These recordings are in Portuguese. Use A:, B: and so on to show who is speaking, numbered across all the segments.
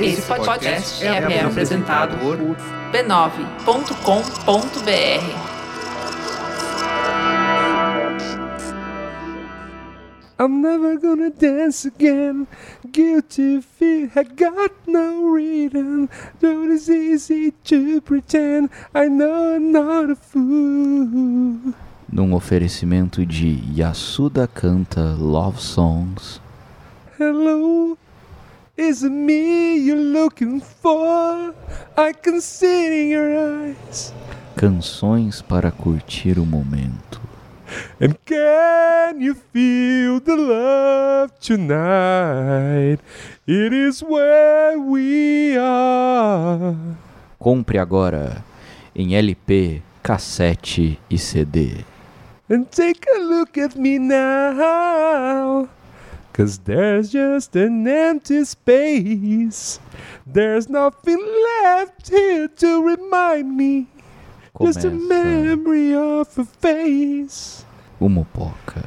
A: Esse podcast é apresentado por b9.com.br.
B: I'm never gonna dance again. Guilty feet, I got no reason. Though it's easy to pretend, I know I'm not a fool.
C: Num oferecimento de Yasuda Canta Love Songs.
B: Hello, is it me you're looking for? I can see it in your eyes.
C: Canções para curtir o momento.
B: And can you feel the love tonight? It is where we are.
C: Compre agora em LP, cassete e CD.
B: And take a look at me now. Cause there's just an empty space. There's nothing left here to remind me. Just a
C: Começa
B: memory of a face.
C: o Mupoca.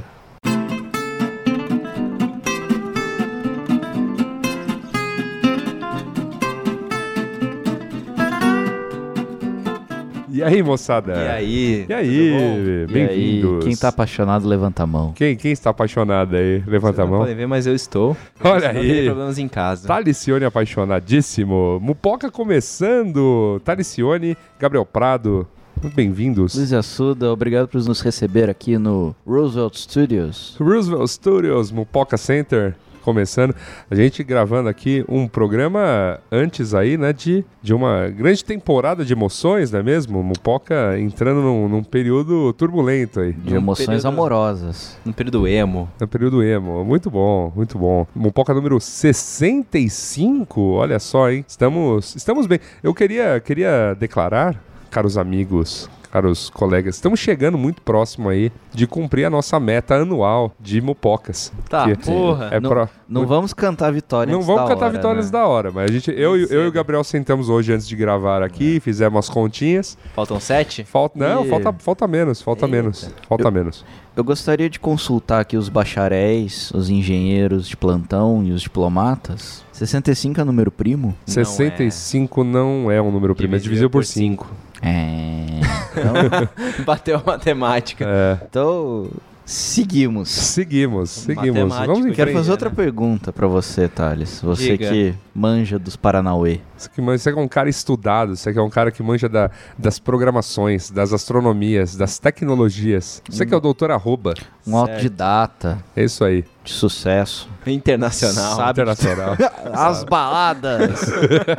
B: E aí, moçada?
C: aí?
B: E aí?
C: E aí?
B: Bem-vindos.
C: Quem tá apaixonado, levanta a mão.
B: Quem, quem está apaixonado aí? Levanta a
D: Vocês não
B: mão.
D: podem ver, mas eu estou.
B: Olha
D: Eu tenho
B: aí.
D: problemas em casa.
B: Talicione apaixonadíssimo. Mupoca começando. Talicione, Gabriel Prado, muito bem-vindos.
C: Luiz Assuda, obrigado por nos receber aqui no Roosevelt Studios.
B: Roosevelt Studios, Mupoca Center, começando. A gente gravando aqui um programa antes aí, né, de, de uma grande temporada de emoções, não é mesmo? Mupoca entrando num, num período turbulento aí.
C: De emoções
D: período-
C: amorosas.
D: Um período emo.
B: No período emo. Muito bom, muito bom. Mupoca número 65. Olha só, hein? Estamos, estamos bem. Eu queria, queria declarar, caros amigos, caros colegas, estamos chegando muito próximo aí de cumprir a nossa meta anual de Mupocas.
D: Tá,
B: Que-
D: porra.
B: É
C: Não-
B: pro-
C: Não vamos cantar vitória
B: não
C: antes
B: vamos
C: da
B: cantar
C: hora,
B: vitórias
C: né?
B: da hora, mas a gente, eu, e- eu e o Gabriel sentamos hoje antes de gravar aqui, fizemos umas continhas.
D: Faltam sete?
B: Falta, não,
C: É. E-
B: falta, falta menos, falta menos, falta menos.
C: Eu gostaria de consultar aqui os bacharéis, os engenheiros de plantão e os diplomatas. 65 é número primo?
D: Não
B: 65 não é um número primo, é divisível por 5.
C: É. Então,
D: Bateu a matemática.
C: então, seguimos.
B: Seguimos, seguimos.
D: Matemático,
B: Vamos em
D: hein?
C: Quero
B: frente.
C: fazer outra pergunta pra você, Thales. Você
D: Diga.
C: que manja dos Paranauê.
B: Você que manja- Você que é um cara estudado, você que é um cara que manja da- das programações, das astronomias, das tecnologias. Você
C: Hum.
B: que é o doutor arroba.
C: Um
D: Certo.
C: autodidata
B: É isso aí.
C: de sucesso.
B: É.
D: Internacional.
C: Sabe-
B: Internacional.
C: As baladas.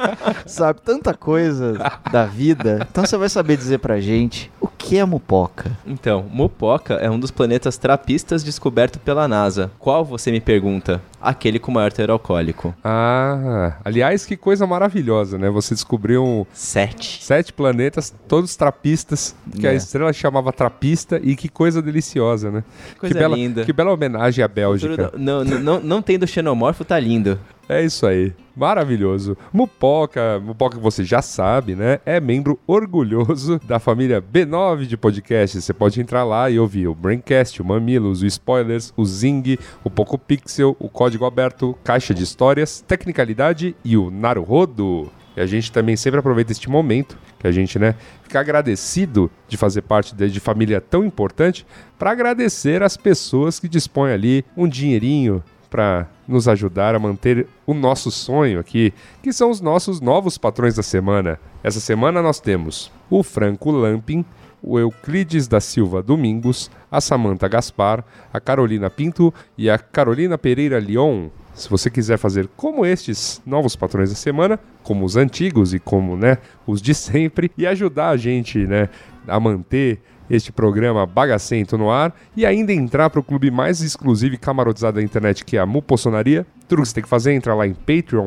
C: Sabe, tanta coisa da vida. Então você vai saber dizer pra gente o que é mupoca.
D: Então, Mupoca é um dos planetas trapistas descoberto pela NASA. Qual você me pergunta? Aquele com maior teor alcoólico.
B: ah, aliás, que coisa maravilhosa, né? Você descobriu um-
D: Sete.
B: sete planetas, todos trapistas, que a
C: É.
B: estrela chamava trapista, e que coisa deliciosa, né?
D: Coisa
B: que bela,
D: linda.
B: Que bela homenagem à Bélgica.
D: Tudo- Não, não, não, não tendo xenomorfo, tá lindo.
B: É isso aí. Maravilhoso. Mupoca, Mupoca que você já sabe, né? É membro orgulhoso da família B9 de podcasts. Você pode entrar lá e ouvir o Braincast, o Mamilos, o Spoilers, o Zing, o Poco Pixel, o Código Aberto, Caixa de Histórias, Tecnicalidade e o Naruhodo. E a gente também sempre aproveita este momento que a gente, né, fica agradecido de fazer parte de, de família tão importante para agradecer as pessoas que dispõem ali um dinheirinho para nos ajudar a manter o nosso sonho aqui, que são os nossos novos patrões da semana. Essa semana nós temos o Franco Lampin, o Euclides da Silva Domingos, a Samanta Gaspar, a Carolina Pinto e a Carolina Pereira Leon. Se você quiser fazer como estes novos patrões da semana, como os antigos e como né, os de sempre, e ajudar a gente né, a manter este programa Bagacento no ar e ainda entrar para o clube mais exclusivo e camarotizado da internet, que é a Mupoçonaria, tudo que você tem que fazer é entrar lá em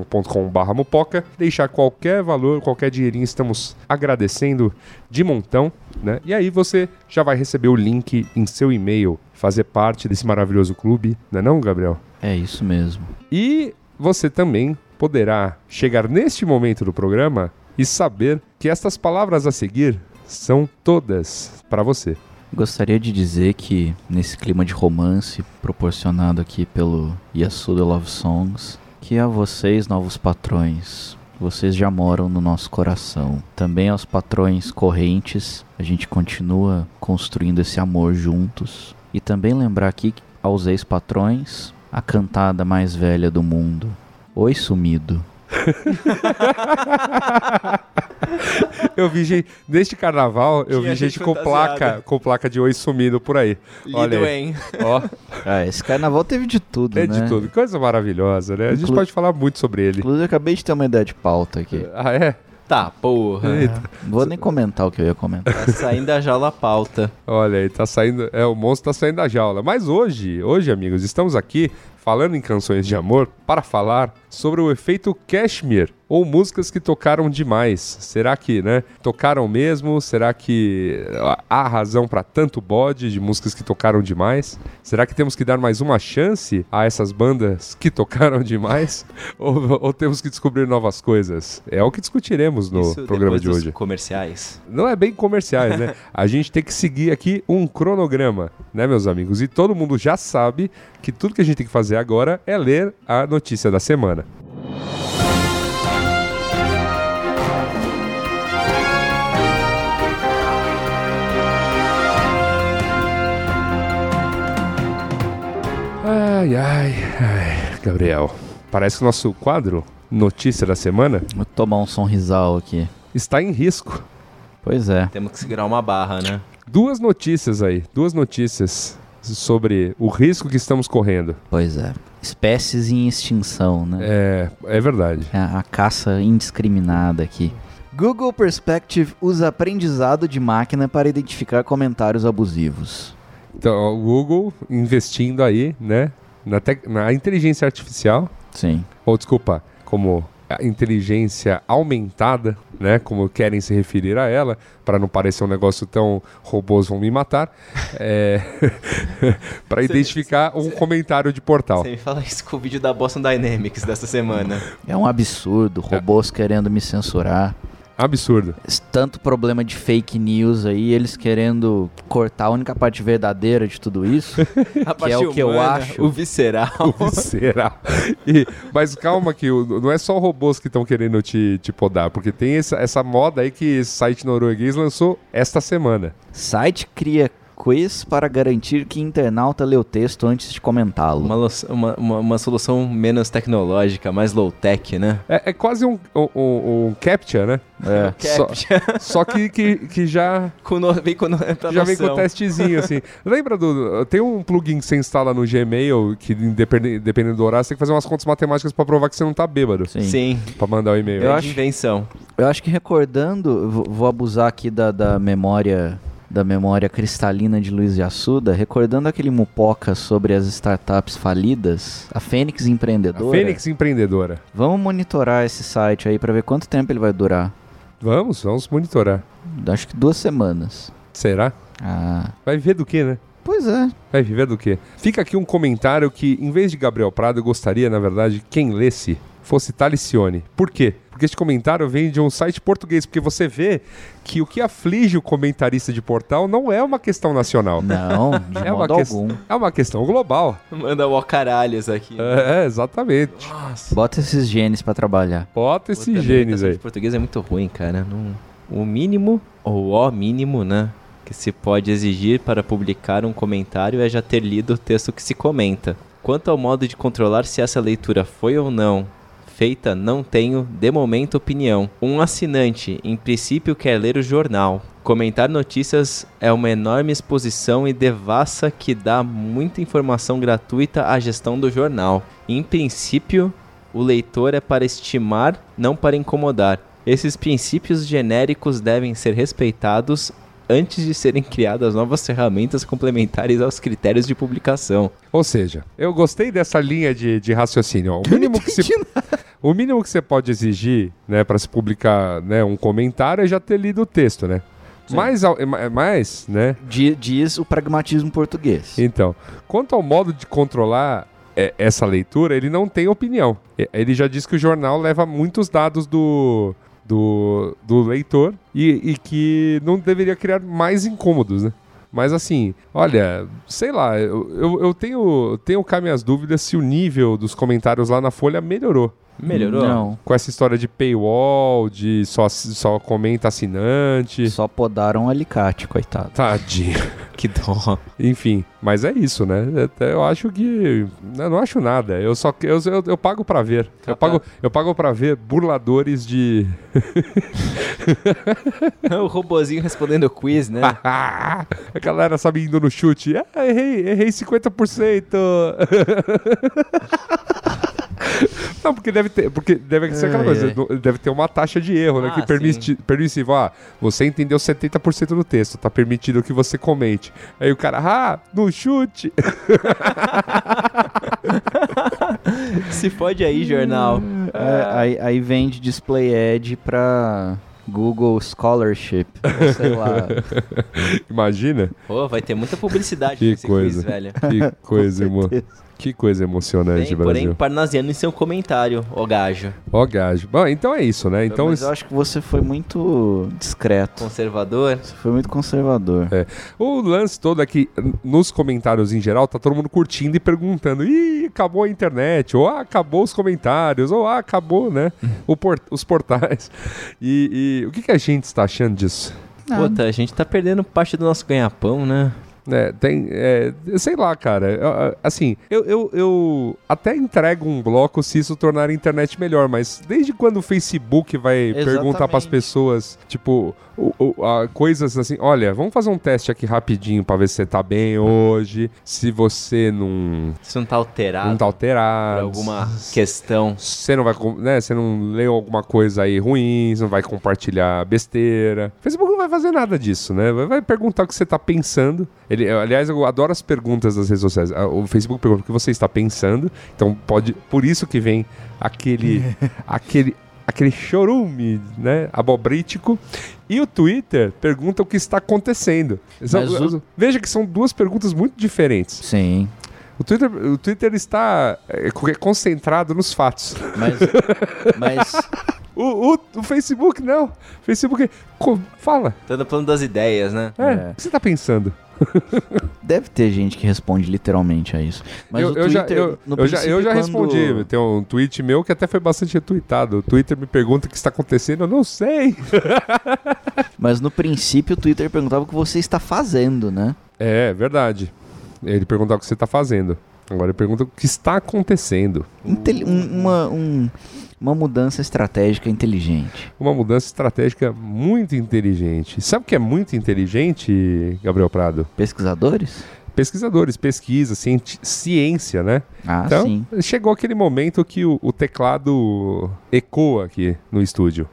B: patreon.com.br mupoca, deixar qualquer valor, qualquer dinheirinho, estamos agradecendo de montão, né? E aí você já vai receber o link em seu e-mail, fazer parte desse maravilhoso clube, não é não, Gabriel?
C: É isso mesmo.
B: E você também poderá chegar neste momento do programa e saber que estas palavras a seguir são todas para você.
C: Gostaria de dizer que, nesse clima de romance proporcionado aqui pelo Yasuda Love Songs, que a vocês, novos patrões, vocês já moram no nosso coração. Também aos patrões correntes, a gente continua construindo esse amor juntos. E também lembrar aqui aos ex-patrões a cantada mais velha do mundo. Oi, sumido.
B: Eu vi gente. Neste carnaval, eu
D: Tinha
B: vi gente,
D: gente
B: com
D: fantasiada.
B: placa, com placa de oi sumido por aí. Olha,
D: Lido
B: aí,
D: em.
B: ó,
C: Ah, esse carnaval teve de tudo,
B: é
C: né?
B: de tudo. Coisa maravilhosa, né? A gente
C: Inclu-
B: pode falar muito sobre ele.
C: Inclusive, eu acabei de ter uma ideia de pauta aqui.
B: Ah, é?
D: Tá, porra.
C: Não vou nem comentar o que eu ia comentar.
D: Tá saindo a jaula pauta.
B: Olha aí, tá saindo. É, o monstro tá saindo da jaula. Mas hoje, hoje, amigos, estamos aqui falando em canções de amor para falar sobre o efeito Cashmere, ou músicas que tocaram demais. Será que, né? Tocaram mesmo? Será que há razão para tanto bode de músicas que tocaram demais? Será que temos que dar mais uma chance a essas bandas que tocaram demais? ou, ou temos que descobrir novas coisas? É o que discutiremos no
D: Isso
B: programa
D: depois
B: de
D: dos
B: hoje
D: comerciais.
B: não é bem comerciais, né? A gente tem que seguir aqui um cronograma, né, meus amigos? E todo mundo já sabe que tudo que a gente tem que fazer agora é ler a notícia da semana. Ai, ai, ai, Gabriel. Parece que o nosso quadro Notícia da Semana
C: Vou tomar um sonrisal aqui.
B: está em risco.
C: Pois é.
D: Temos que segurar uma barra, né?
B: Duas notícias aí, duas notícias sobre o risco que estamos correndo.
C: Pois é. Espécies em extinção, né?
B: É, é verdade.
C: É a caça indiscriminada aqui. Google Perspective usa aprendizado de máquina para identificar comentários abusivos.
B: Então, o Google investindo aí, né, na, tec- na inteligência artificial,
C: Sim.
B: ou desculpa, como a inteligência aumentada, né, como querem se referir a ela, para não parecer um negócio tão robôs vão me matar, é, para identificar um comentário de portal.
D: Você me fala isso com o vídeo da Boston Dynamics dessa semana.
C: É um absurdo, robôs querendo me censurar.
B: Absurdo.
C: Esse Tanto problema de fake news aí, eles querendo cortar a única parte verdadeira de tudo isso.
D: A
C: Que é o que eu acho.
D: O visceral.
B: Será? E- mas calma que o- não é só robôs que estão querendo te, te podar, porque tem essa, essa moda aí que esse site norueguês lançou esta semana.
C: Site cria quiz para garantir que internauta lê o texto antes de comentá-lo.
D: Uma, lo- uma- uma- uma solução menos tecnológica, mais low-tech, né?
B: É, é quase um, um, um- um captcha, né?
C: É.
B: Só, só que, que, que já,
D: Com no- vem com, no- é pra
B: já vem com o
D: Tá noção.
B: testezinho, assim. Lembra do... Tem um plugin que você instala no Gmail, que independe- dependendo do horário, você tem que fazer umas contas matemáticas pra provar que você não tá bêbado.
D: Sim,
B: Pra mandar o e-mail.
D: grande invenção.
C: Eu acho que recordando, eu vou- vou abusar aqui da, da memória da memória cristalina de Luiz Assuda, recordando aquele mupoca sobre as startups falidas, a Fênix
B: A
C: empreendedora.
B: Fênix Empreendedora.
C: Vamos monitorar esse site aí pra ver quanto tempo ele vai durar.
B: Vamos, vamos monitorar.
C: Acho que duas semanas.
B: Será?
C: Ah,
B: Vai ver do que, né?
C: pois é.
B: Vai viver do quê? Fica aqui um comentário que, em vez de Gabriel Prado, eu gostaria, na verdade, quem lesse fosse Talicione. Por quê? Porque este comentário vem de um site português, porque você vê que o que aflige o comentarista de portal não é uma questão nacional.
C: Não, de
B: É uma,
C: modo
B: ques-
C: algum.
B: é uma questão global.
D: Manda o caralhos aqui.
B: É, exatamente.
C: Bota esses genes pra trabalhar.
B: Bota
D: Puta,
B: esses
D: a
B: genes
D: apresentação
B: aí.
D: de português é muito ruim, cara. Não- o mínimo, ou o mínimo, né? Que se pode exigir para publicar um comentário é já ter lido o texto que se comenta. Quanto ao modo de controlar se essa leitura foi ou não feita, não tenho, de momento, opinião. Um assinante, em princípio, quer ler o jornal. Comentar notícias é uma enorme exposição e devassa que dá muita informação gratuita à gestão do jornal. Em princípio, o leitor é para estimar, não para incomodar. Esses princípios genéricos devem ser respeitados antes de serem criadas novas ferramentas complementares aos critérios de publicação.
B: Ou seja, eu gostei dessa linha de, de raciocínio. ó. O mínimo que se o mínimo que você pode exigir, né, para se publicar, né, um comentário é já ter lido o texto, né? Mas, ao- ma- mas, né?
E: Di- Diz o pragmatismo português.
B: Então, quanto ao modo de controlar é, essa leitura, ele não tem opinião. E- Ele já diz que o jornal leva muitos dados do, do, do leitor e, e que não deveria criar mais incômodos, né? Mas assim, olha, sei lá, eu, eu, eu tenho, tenho cá minhas dúvidas se o nível dos comentários lá na Folha melhorou.
D: Melhorou?
E: Não.
B: Com essa história de paywall, de só, só comenta assinante.
E: Só podaram um alicate, coitado.
B: Tadinho.
D: Que dó.
B: Enfim, mas é isso, né? Até Eu acho que. Eu não acho nada. Eu só. Eu, eu, eu pago pra ver. Eu pago, eu pago pra ver burladores de.
D: o robozinho respondendo o quiz, né?
B: Ah, a galera sabe indo no chute. Ah, errei, errei 50%. Não, porque deve ter, porque deve ser aquela
E: Ai,
B: coisa,
E: ai.
B: não- deve ter uma taxa de erro, né?
D: Ah,
B: Que permite, permissivo, ah, você entendeu 70% do texto, tá permitido que você comente. Aí o cara, ah, no chute.
D: Se pode aí, jornal.
B: Ah.
E: É, aí, aí vende display ad pra Google Scholarship. ou sei lá.
B: Imagina.
D: Pô, vai ter muita publicidade
B: Que
D: nesse
B: coisa.
D: quiz, velho.
B: Que coisa, irmão.
E: certeza.
B: Que coisa emocionante,
D: Tem, porém,
B: Brasil.
D: parnasiano em seu comentário, ô gajo.
B: Ó, gajo. Bom, então é isso, né? Então,
E: Mas
B: isso-
E: eu acho que você foi muito discreto.
D: Conservador.
E: Você foi muito conservador.
B: o lance todo aqui, nos comentários em geral, tá todo mundo curtindo e perguntando: ih, acabou a internet, ou ah, acabou os comentários, ou ah, acabou, né? o por- os portais. E, e o que, que a gente está achando disso?
D: Puta, a gente tá perdendo parte do nosso ganha-pão, né?
B: É, tem. é, sei lá, cara. Eu, eu, Assim, eu, eu, eu até entrego um bloco se isso tornar a internet melhor, mas desde quando o Facebook vai perguntar pras
E: Exatamente.
B: pessoas, tipo, o- o- a- coisas assim: olha, vamos fazer um teste aqui rapidinho pra ver se você tá bem hoje, se você não,
D: Isso não tá alterado
B: não tá
D: por
B: alterado.
D: alguma questão.
B: Você não vai, com- né? Você não leu alguma coisa aí ruim, você não vai compartilhar besteira. O Facebook não vai fazer nada disso, né? Vai- Vai perguntar o que você tá pensando. Ele, aliás, eu adoro as perguntas das redes sociais. Ah, O Facebook pergunta o que você está pensando. Então pode, por isso que vem aquele aquele aquele chorume, né, abobrítico. E o Twitter pergunta o que está acontecendo. São-
E: Mas o-
B: Veja que são duas perguntas muito diferentes.
E: Sim.
B: O Twitter, o Twitter está é, concentrado nos fatos.
E: Mas. mas
B: O, o- o Facebook não. Facebook. co- fala.
D: Tá no plano das ideias, né?
B: É,
E: É.
B: O que você tá pensando?
E: deve ter gente que responde literalmente a isso. Mas
B: eu,
E: o
B: eu
E: Twitter.
B: já, eu,
E: no
B: eu já,
E: princípio,
B: eu já
E: quando-
B: respondi. Tem um tweet meu que até foi bastante retweetado. O Twitter me pergunta o que está acontecendo, eu não sei.
E: Mas no princípio o Twitter perguntava o que você está fazendo, né?
B: É, verdade. Ele perguntava o que você tá fazendo. Agora ele pergunta o que está acontecendo.
E: Inteli-
B: Uh.
E: um- uma, um- uma mudança estratégica inteligente.
B: Uma mudança estratégica muito inteligente. Sabe o que é muito inteligente, Gabriel Prado?
E: Pesquisadores?
B: Pesquisadores, pesquisa, cienti- ciência, né?
E: Ah,
B: Então,
E: sim.
B: chegou aquele momento que o, o teclado ecoa aqui no estúdio.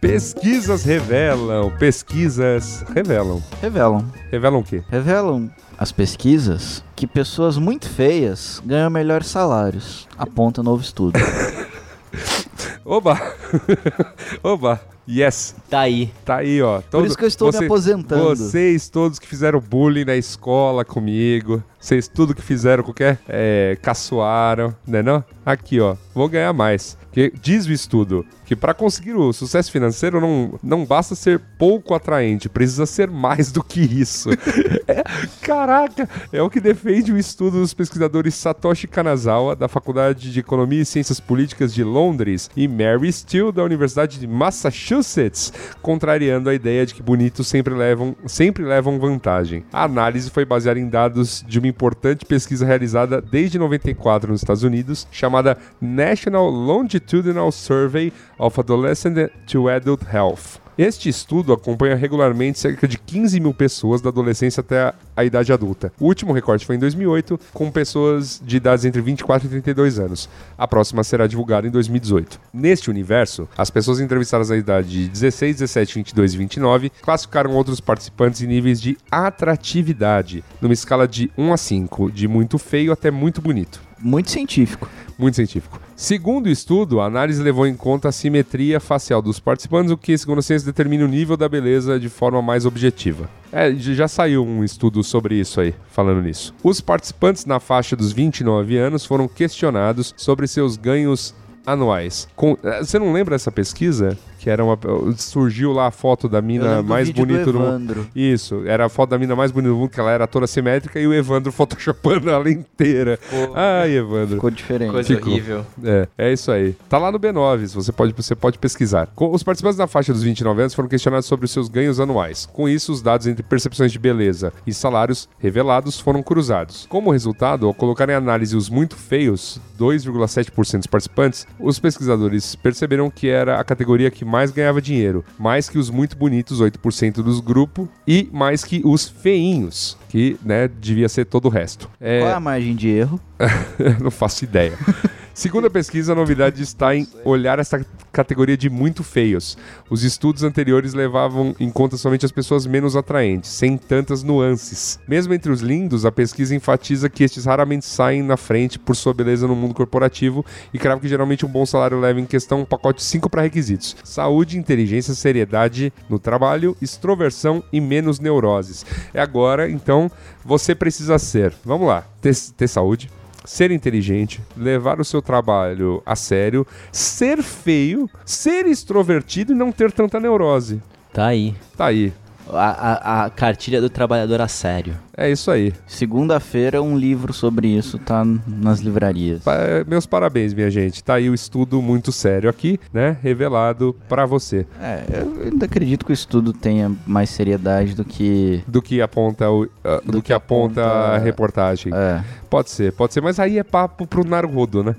B: Pesquisas revelam, pesquisas revelam.
E: Revelam.
B: Revelam o quê?
E: Revelam as pesquisas que pessoas muito feias ganham melhores salários. Aponta novo estudo.
B: Oba! Oba! Yes!
D: Tá aí.
B: Tá aí, ó.
E: Por
B: Todo-
E: isso que eu estou me
B: você-
E: aposentando.
B: Vocês todos que fizeram bullying na escola comigo, vocês tudo que fizeram qualquer é, caçoaram, né não? Aqui, ó, vou ganhar mais. Que diz o estudo que para conseguir o sucesso financeiro não, não basta ser pouco atraente, precisa ser mais do que isso. É, caraca, é o que defende o estudo dos pesquisadores Satoshi Kanazawa da Faculdade de Economia e Ciências Políticas de Londres e Mary Steele da Universidade de Massachusetts, contrariando a ideia de que bonitos sempre levam, sempre levam vantagem. A análise foi baseada em dados de uma importante pesquisa realizada desde 94 nos Estados Unidos, chamada National Longitudinal Survey of Adolescent to Adult Health. Este estudo acompanha regularmente cerca de 15 mil pessoas da adolescência até a- a idade adulta. O último recorte foi em 2008, com pessoas de idades entre 24 e 32 anos. A próxima será divulgada em 2018. Neste universo, as pessoas entrevistadas na idade de 16, 17, 22 e 29 classificaram outros participantes em níveis de atratividade, numa escala de 1 a 5, de muito feio até muito bonito.
E: Muito científico.
B: Muito científico. Segundo o estudo, a análise levou em conta a simetria facial dos participantes, o que, segundo a ciência, determina o nível da beleza de forma mais objetiva. É, j- já saiu um estudo sobre isso aí, falando nisso. Os participantes na faixa dos 29 anos foram questionados sobre seus ganhos anuais. Com- eh, você não lembra dessa pesquisa? Que era uma, surgiu lá a foto da
E: Eu
B: mina
E: lembro do
B: É, mais
E: vídeo do
B: bonita do mundo.
E: Evandro.
B: Isso, era a foto da mina mais bonita do mundo, que ela era toda simétrica, e o Evandro photoshopando ela inteira. Ai, Evandro.
E: Ficou diferente.
D: Coisa
B: Ficou.
D: horrível.
B: É, é isso aí. Tá lá no B9, você pode, você pode pesquisar. Co- os participantes na faixa dos 29 anos foram questionados sobre os seus ganhos anuais. Com isso, os dados entre percepções de beleza e salários revelados foram cruzados. Como resultado, ao colocar em análise os muito feios, 2,7% dos participantes, os pesquisadores perceberam que era a categoria que mais ganhava dinheiro, mais que os muito bonitos, 8% dos grupo, e mais que os feinhos, que, né, devia ser todo o resto. É,
E: Qual é a margem de erro?
B: não faço ideia. Segundo a pesquisa, a novidade está em olhar essa categoria de muito feios. Os estudos anteriores levavam em conta somente as pessoas menos atraentes, sem tantas nuances. Mesmo entre os lindos, a pesquisa enfatiza que estes raramente saem na frente por sua beleza no mundo corporativo e crava que geralmente um bom salário leva em questão um pacote de cinco pré-requisitos: saúde, inteligência, seriedade no trabalho, extroversão e menos neuroses. É agora, então, você precisa ser. Vamos lá, ter, ter saúde ser inteligente, levar o seu trabalho a sério, ser feio, ser extrovertido e não ter tanta neurose.
D: Tá aí.
B: Tá aí.
D: A, a- a cartilha do trabalhador a sério.
B: É isso aí.
E: Segunda-feira, um livro sobre isso tá n- nas livrarias.
B: Pa- eh, meus parabéns, minha gente. Tá aí o estudo muito sério aqui, né? Revelado pra você.
E: É, eu ainda acredito que o estudo tenha mais seriedade do que.
B: Do que aponta o, ah, do, que, aponta, a reportagem.
E: É.
B: Pode ser, pode ser, mas aí é papo pro Naruhodo, né?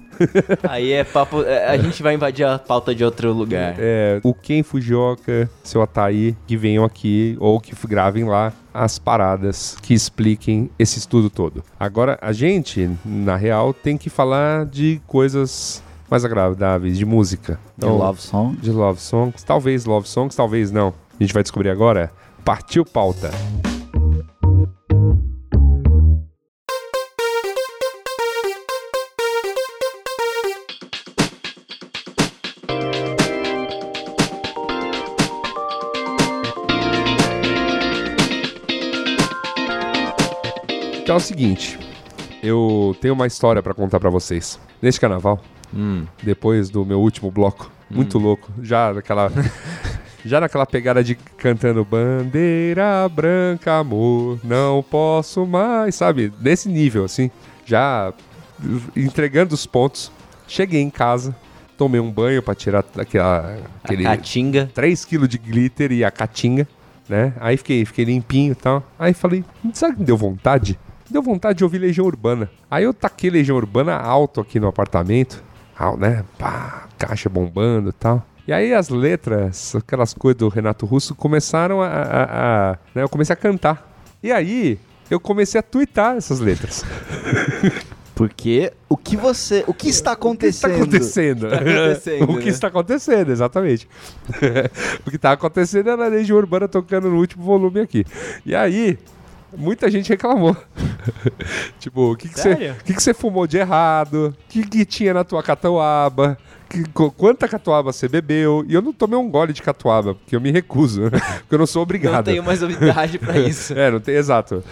D: Aí é papo. é, a gente vai invadir a pauta de outro lugar.
B: É, o Ken Fujioka, seu Ataí, que venham aqui ou que f- gravem lá as paradas que expliquem esse estudo todo. Agora, a gente, na real, tem que falar de coisas mais agradáveis, de música. Então,
E: The Love Song.
B: de love songs, talvez love songs, talvez não. A gente vai descobrir agora. Partiu pauta. Então é o seguinte, eu tenho uma história pra contar pra vocês. Neste carnaval, depois do meu último bloco, muito louco, já naquela já naquela pegada de cantando bandeira branca, amor, não posso mais, sabe? Nesse nível assim, já entregando os pontos. Cheguei em casa, tomei um banho pra tirar aquela
D: A
B: aquele
D: Caatinga.
B: 3 kg de glitter e a catinga, né? Aí fiquei, fiquei limpinho e tal. Aí falei, sabe o que deu vontade? Deu vontade de ouvir Legião Urbana. Aí eu taquei Legião Urbana alto aqui no apartamento. Al, né? Pá, caixa bombando e tal. E aí as letras, aquelas coisas do Renato Russo, começaram a... a- a- né? Eu comecei a cantar. E aí eu comecei a twittar essas letras.
E: Porque o que você. O que está
B: está
E: acontecendo?
B: acontecendo?
D: acontecendo,
B: o que
D: né?
B: está acontecendo, exatamente. o que está acontecendo era a Legião Urbana tocando no último volume aqui. E aí, muita gente reclamou. tipo, o que que você
D: Sério?
B: o que que você fumou de errado? O que, que tinha na tua catuaba? Que, co- quanta catuaba você bebeu? E eu não tomei um gole de catuaba, porque eu me recuso, né? porque eu não sou obrigado.
D: Não tenho mais novidade pra isso.
B: É, não tem, exato.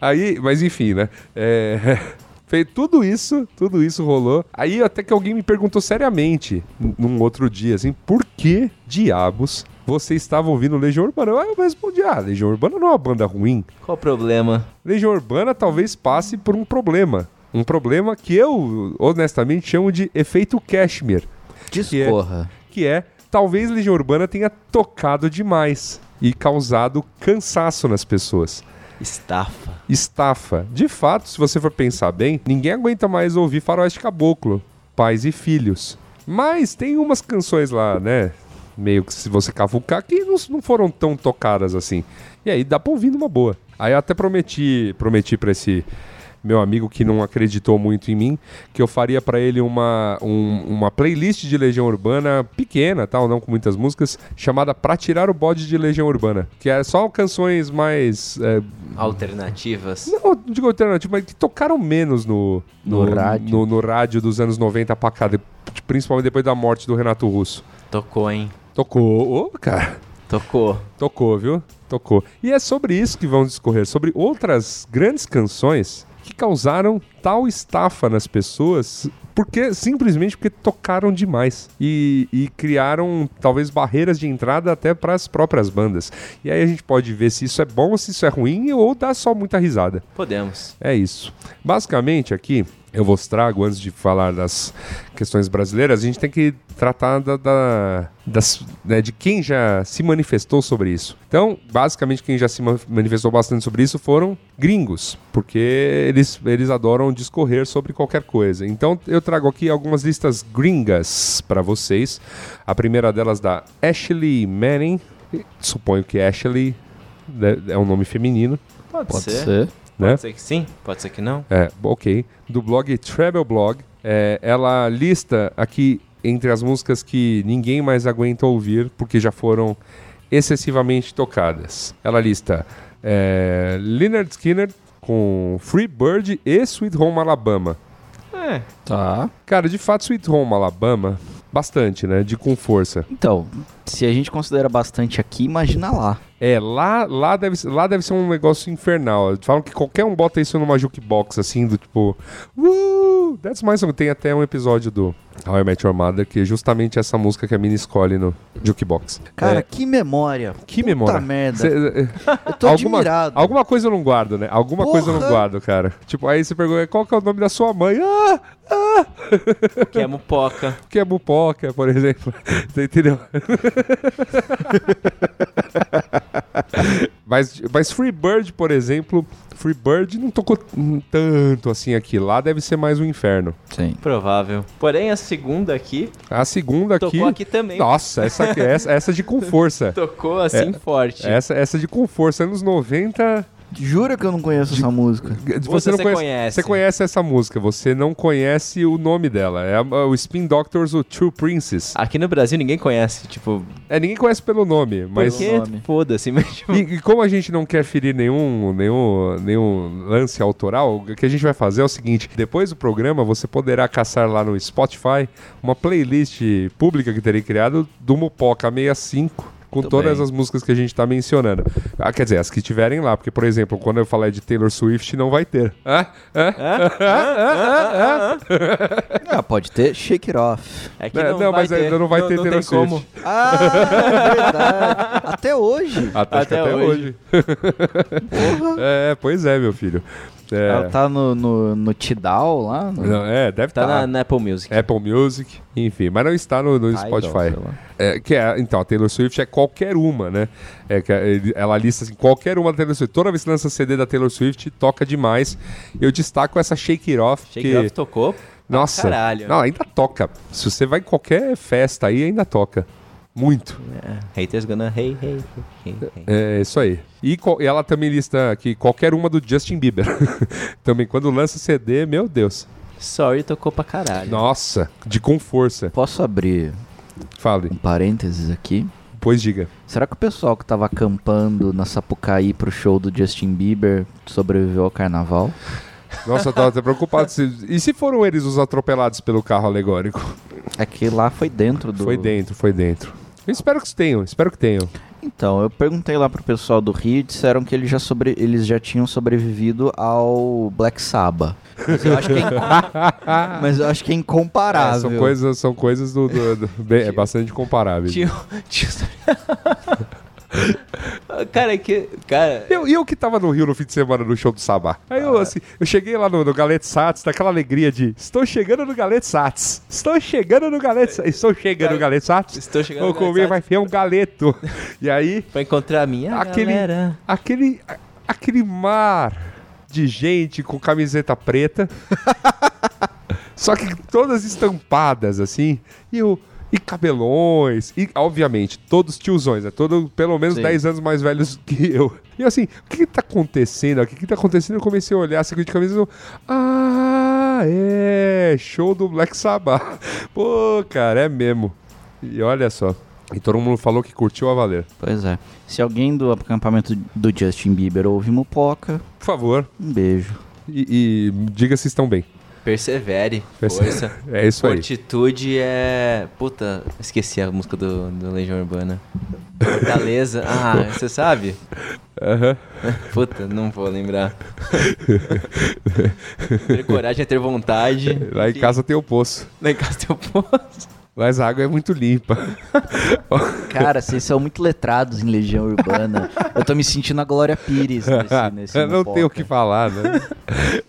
B: Aí, mas enfim, né? É, fez tudo isso, tudo isso rolou. Aí até que alguém me perguntou seriamente, num- num outro dia, assim, por que diabos você estava ouvindo Legião Urbana? Aí eu respondi, ah, Legião Urbana não é uma banda ruim.
D: Qual o problema?
B: Legião Urbana talvez passe por um problema. Um problema que eu, honestamente, chamo de efeito cashmere
E: Discorra.
B: que é talvez Legião Urbana tenha tocado demais e causado cansaço nas pessoas.
D: Estafa.
B: Estafa. De fato, se você for pensar bem, ninguém aguenta mais ouvir Faroeste Caboclo, Pais e Filhos. Mas tem umas canções lá, né? meio que se você cavucar, que não, não foram tão tocadas assim. E aí dá pra ouvir numa boa. Aí eu até prometi, prometi pra esse meu amigo que não acreditou muito em mim, que eu faria pra ele uma, um- uma playlist de Legião Urbana pequena, tal, não com muitas músicas, chamada Pra Tirar o Bode de Legião Urbana, que é só canções mais é,
D: Alternativas.
B: não, não digo alternativa, mas que tocaram menos no,
E: No rádio.
B: no- no rádio dos anos 90 pra cá, de- principalmente depois da morte do Renato Russo.
D: Tocou, hein?
B: Tocou, ô, cara.
D: Tocou.
B: Tocou, viu? Tocou. E é sobre isso que vamos discorrer, sobre outras grandes canções que causaram tal estafa nas pessoas, porque simplesmente porque tocaram demais e, e criaram talvez barreiras de entrada até para as próprias bandas. E aí a gente pode ver se isso é bom, se isso é ruim ou dá só muita risada.
D: Podemos.
B: É isso. Basicamente, aqui eu vos trago, antes de falar das questões brasileiras, a gente tem que tratar da, da- das, né, de quem já se manifestou sobre isso. Então, basicamente, quem já se ma- manifestou bastante sobre isso foram gringos, porque eles, eles adoram discorrer sobre qualquer coisa. Então, eu trago aqui algumas listas gringas para vocês. A primeira delas da Ashley Manning. Suponho que Ashley né, é um nome feminino,
D: Pode,
E: Pode
D: ser.
E: ser.
B: né?
D: Pode ser que sim, pode ser que não.
B: É, ok. Do blog Travel Blog. É, ela lista aqui entre as músicas que ninguém mais aguenta ouvir porque já foram excessivamente tocadas. Ela lista é, Leonard Skinner com Free Bird e Sweet Home Alabama.
D: É.
E: Tá.
B: Cara, de fato, Sweet Home Alabama, bastante, né? De com força.
E: Então, se a gente considera bastante aqui, imagina lá.
B: É, lá, lá, deve, ser- lá deve ser um negócio infernal. Falam que qualquer um bota isso numa jukebox, assim, do tipo... Uh, that's my song. Tem até um episódio do How I Met Your Mother, que é justamente essa música que a mina escolhe no jukebox.
E: Cara,
B: É,
E: que memória.
B: que
E: Puta
B: memória.
E: merda.
B: Cê- é,
E: Eu tô
B: alguma,
E: admirado.
B: alguma coisa eu não guardo, né? Alguma coisa eu não
E: Porra!
B: guardo, cara. Tipo, aí você pergunta, qual que é o nome da sua mãe? Ah,
D: Que é mupoca.
B: que é bupoca, por exemplo. Você entendeu? mas, mas Free Bird, por exemplo, Free Bird não tocou t- tanto assim aqui. Lá deve ser mais um inferno.
E: Sim.
D: Provável. Porém, a segunda aqui
B: A segunda aqui.
D: tocou aqui também.
B: Nossa, essa, aqui- essa, essa de com força.
D: Tocou assim forte.
B: Essa, essa de com força. Anos 90.
E: Jura que eu não conheço essa música?
D: Você
B: não
D: conhece.
B: Você conhece essa música, você não conhece o nome dela. É a- o Spin Doctors, o True Princess.
D: Aqui no Brasil ninguém conhece, tipo,
B: É, ninguém conhece pelo nome, mas.
D: mas que
E: nome.
D: foda-se, mas tipo,
B: E, e como a gente não quer ferir nenhum, nenhum, nenhum lance autoral, o que a gente vai fazer é o seguinte: depois do programa, você poderá caçar lá no Spotify uma playlist pública que terei criado do Mupoca 65. Com
D: Muito
B: todas
D: bem.
B: as músicas que a gente tá mencionando. Ah, quer dizer, as que tiverem lá, porque, por exemplo, quando eu falar de Taylor Swift, não vai ter.
D: É?
B: Ah, ah,
E: Ah, pode ter Shake It Off.
D: é que
B: É,
D: não,
B: não,
D: vai
B: mas
D: ter,
B: ainda não vai ter
D: não
B: Taylor
D: tem
B: Swift.
D: como.
E: Ah, verdade. Até hoje.
B: Até, acho que
D: Até
B: tá até
D: hoje.
B: hoje. é, pois é, meu filho. É,
E: Ela tá no, no, no Tidal lá. no-
B: não, é deve
D: Tá
B: estar.
D: na, na Apple Music.
B: Apple Music, enfim, mas não está no, no
E: Tidal,
B: Spotify.
E: sei lá.
B: É, que é, então, a Taylor Swift é qualquer uma, né? É, que ele- ela lista assim, qualquer uma da Taylor Swift. Toda vez que lança CD da Taylor Swift, toca demais. Eu destaco essa Shake It Off,
D: Shake
B: que...
D: It Off tocou.
B: Nossa,
D: caralho.
B: não, ainda toca. Se você vai em qualquer festa aí, ainda toca. Muito.
D: É, haters gonna hey, hey, hey, hey.
B: É isso aí. E, co- e ela também lista aqui qualquer uma do Justin Bieber. também, quando lança CD, meu Deus.
D: Sorry tocou pra caralho.
B: Nossa, de com força.
E: Posso abrir
B: Fale,
E: um parênteses aqui?
B: pois diga.
E: Será que o pessoal que tava acampando na Sapucaí pro show do Justin Bieber sobreviveu ao carnaval?
B: Nossa, eu tava até preocupado. se- E se foram eles os atropelados pelo carro alegórico?
E: É que lá foi dentro do.
B: Foi dentro, foi dentro. Eu espero que tenham, espero que tenham.
E: Então, eu perguntei lá pro pessoal do Rio, disseram que eles já, sobre... eles já tinham sobrevivido ao Black Sabbath. Mas eu acho que é, incom- Mas eu acho que é
D: Ah,
B: É,
E: incomparável.
B: são coisas, são coisas do, do- do- bem- é bastante comparáveis.
D: Tio, tio... cara, é que... Cara,
B: Eu, e eu que tava no Rio no fim de semana no show do Sabá. Aí
D: Ah.
B: eu, assim, eu cheguei lá no, no Galete Sats, daquela alegria de estou chegando no Galete Sats. Estou chegando no Galete Sats. Estou chegando no Galete Sats.
D: estou chegando
B: Vou
D: no Galete
B: comer,
D: Sats.
B: vai ter um galeto. E aí,
D: pra encontrar a minha
B: Aquele-
D: galera...
B: aquele, a- aquele mar de gente com camiseta preta. só que todas estampadas assim. E eu, E cabelões, e obviamente, todos tiozões, né? Todo, pelo menos
C: Sim.
B: 10 anos mais velhos que eu. E eu, assim, o que que tá acontecendo? O que que tá acontecendo? Eu comecei a olhar essa de camisa e eu, ah, é, show do Black Sabbath. Pô, cara, é mesmo. E olha só. E todo mundo falou que curtiu a valer.
C: Pois é. Se alguém do acampamento do Justin Bieber ouve Mupoca,
B: Por favor,
C: um beijo.
B: e, e diga se estão bem.
D: Persevere.
B: Perce-
D: Força.
B: É isso aí.
D: Fortitude é. Puta, esqueci a música do, do Legião Urbana. Fortaleza. Ah, você sabe?
B: Aham.
D: Puta, não vou lembrar. ter coragem é ter vontade.
B: Lá em casa tem o poço.
D: Lá em casa tem o poço.
B: Mas a água é muito limpa.
C: Cara, vocês são muito letrados em Legião Urbana. Eu tô me sentindo a Glória Pires nesse, nesse
B: não tem o que falar, né?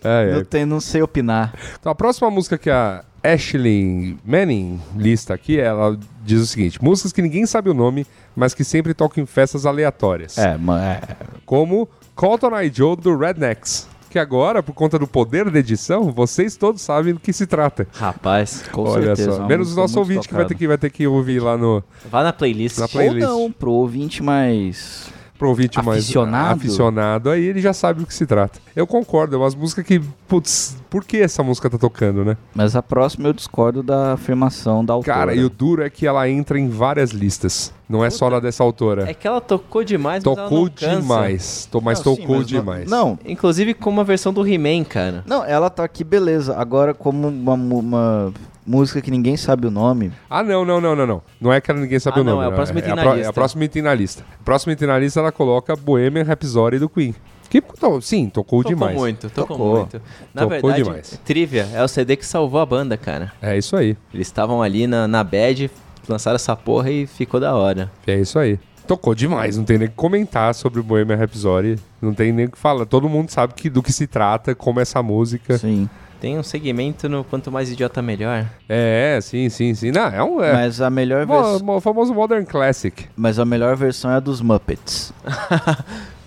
B: Ai, ai.
C: Não, tem, não sei opinar.
B: Então, a próxima música que a Ashley Manning lista aqui, ela diz o seguinte: músicas que ninguém sabe o nome, mas que sempre tocam em festas aleatórias.
C: É, mas é,
B: Como Colton I. Joe do Rednecks. Que agora, por conta do poder da edição, vocês todos sabem do que se trata.
D: Rapaz,
C: com
B: Olha
C: certeza.
B: só.
C: uma
B: Menos o
C: música
B: nosso
C: muito
B: ouvinte que vai, ter
C: tocada.
B: que vai ter que ouvir lá no.
D: vá na playlist.
B: Na playlist.
C: Ou não, pro ouvinte mais...
B: pro ouvinte mais
C: Aficionado?
B: aficionado, aí ele já sabe do que se trata. Eu concordo, é umas músicas que, putz, por que essa música tá tocando, né?
C: Mas a próxima eu discordo da afirmação da autora.
B: Cara, e o duro é que ela entra em várias listas, não é só na dessa autora.
D: É que ela tocou demais, mas ela
B: tocou
D: não cansa.
B: demais, to, mas
C: Não, sim,
B: tocou
C: mas não-
B: demais.
C: Não,
D: Inclusive com uma versão do He-Man, cara.
C: não, ela tá aqui, beleza. Agora, como uma, mu- uma música que ninguém sabe o nome,
B: Ah, não, não, não, não, não. Não é que ela ninguém sabe
D: Ah,
B: o
D: não,
B: nome.
D: é o próximo item
B: a
D: na
B: pro-
D: lista.
B: É a próxima item na lista. A próxima item na lista ela coloca Bohemian Rhapsody do Queen. Que, to- sim, tocou,
D: Tocou
B: demais.
D: muito, tocou,
B: Tocou.
D: muito. Na
B: Tocou
D: verdade,
B: demais.
D: Trivia é o CD que salvou a banda, cara.
B: É isso aí,
D: Eles estavam ali na, na bad, lançaram essa porra e ficou da hora.
B: é isso aí. Tocou demais, não tem nem o que comentar sobre Bohemian Rhapsody. Não tem nem o que falar. Todo mundo sabe que, do que se trata, como essa música.
C: sim.
D: Tem um segmento no quanto mais idiota melhor.
B: É, sim, sim, sim. Não, é um... É,
C: Mas a melhor
B: mo-
C: versão.
B: mo- famoso Modern Classic.
C: Mas a melhor versão é a dos Muppets.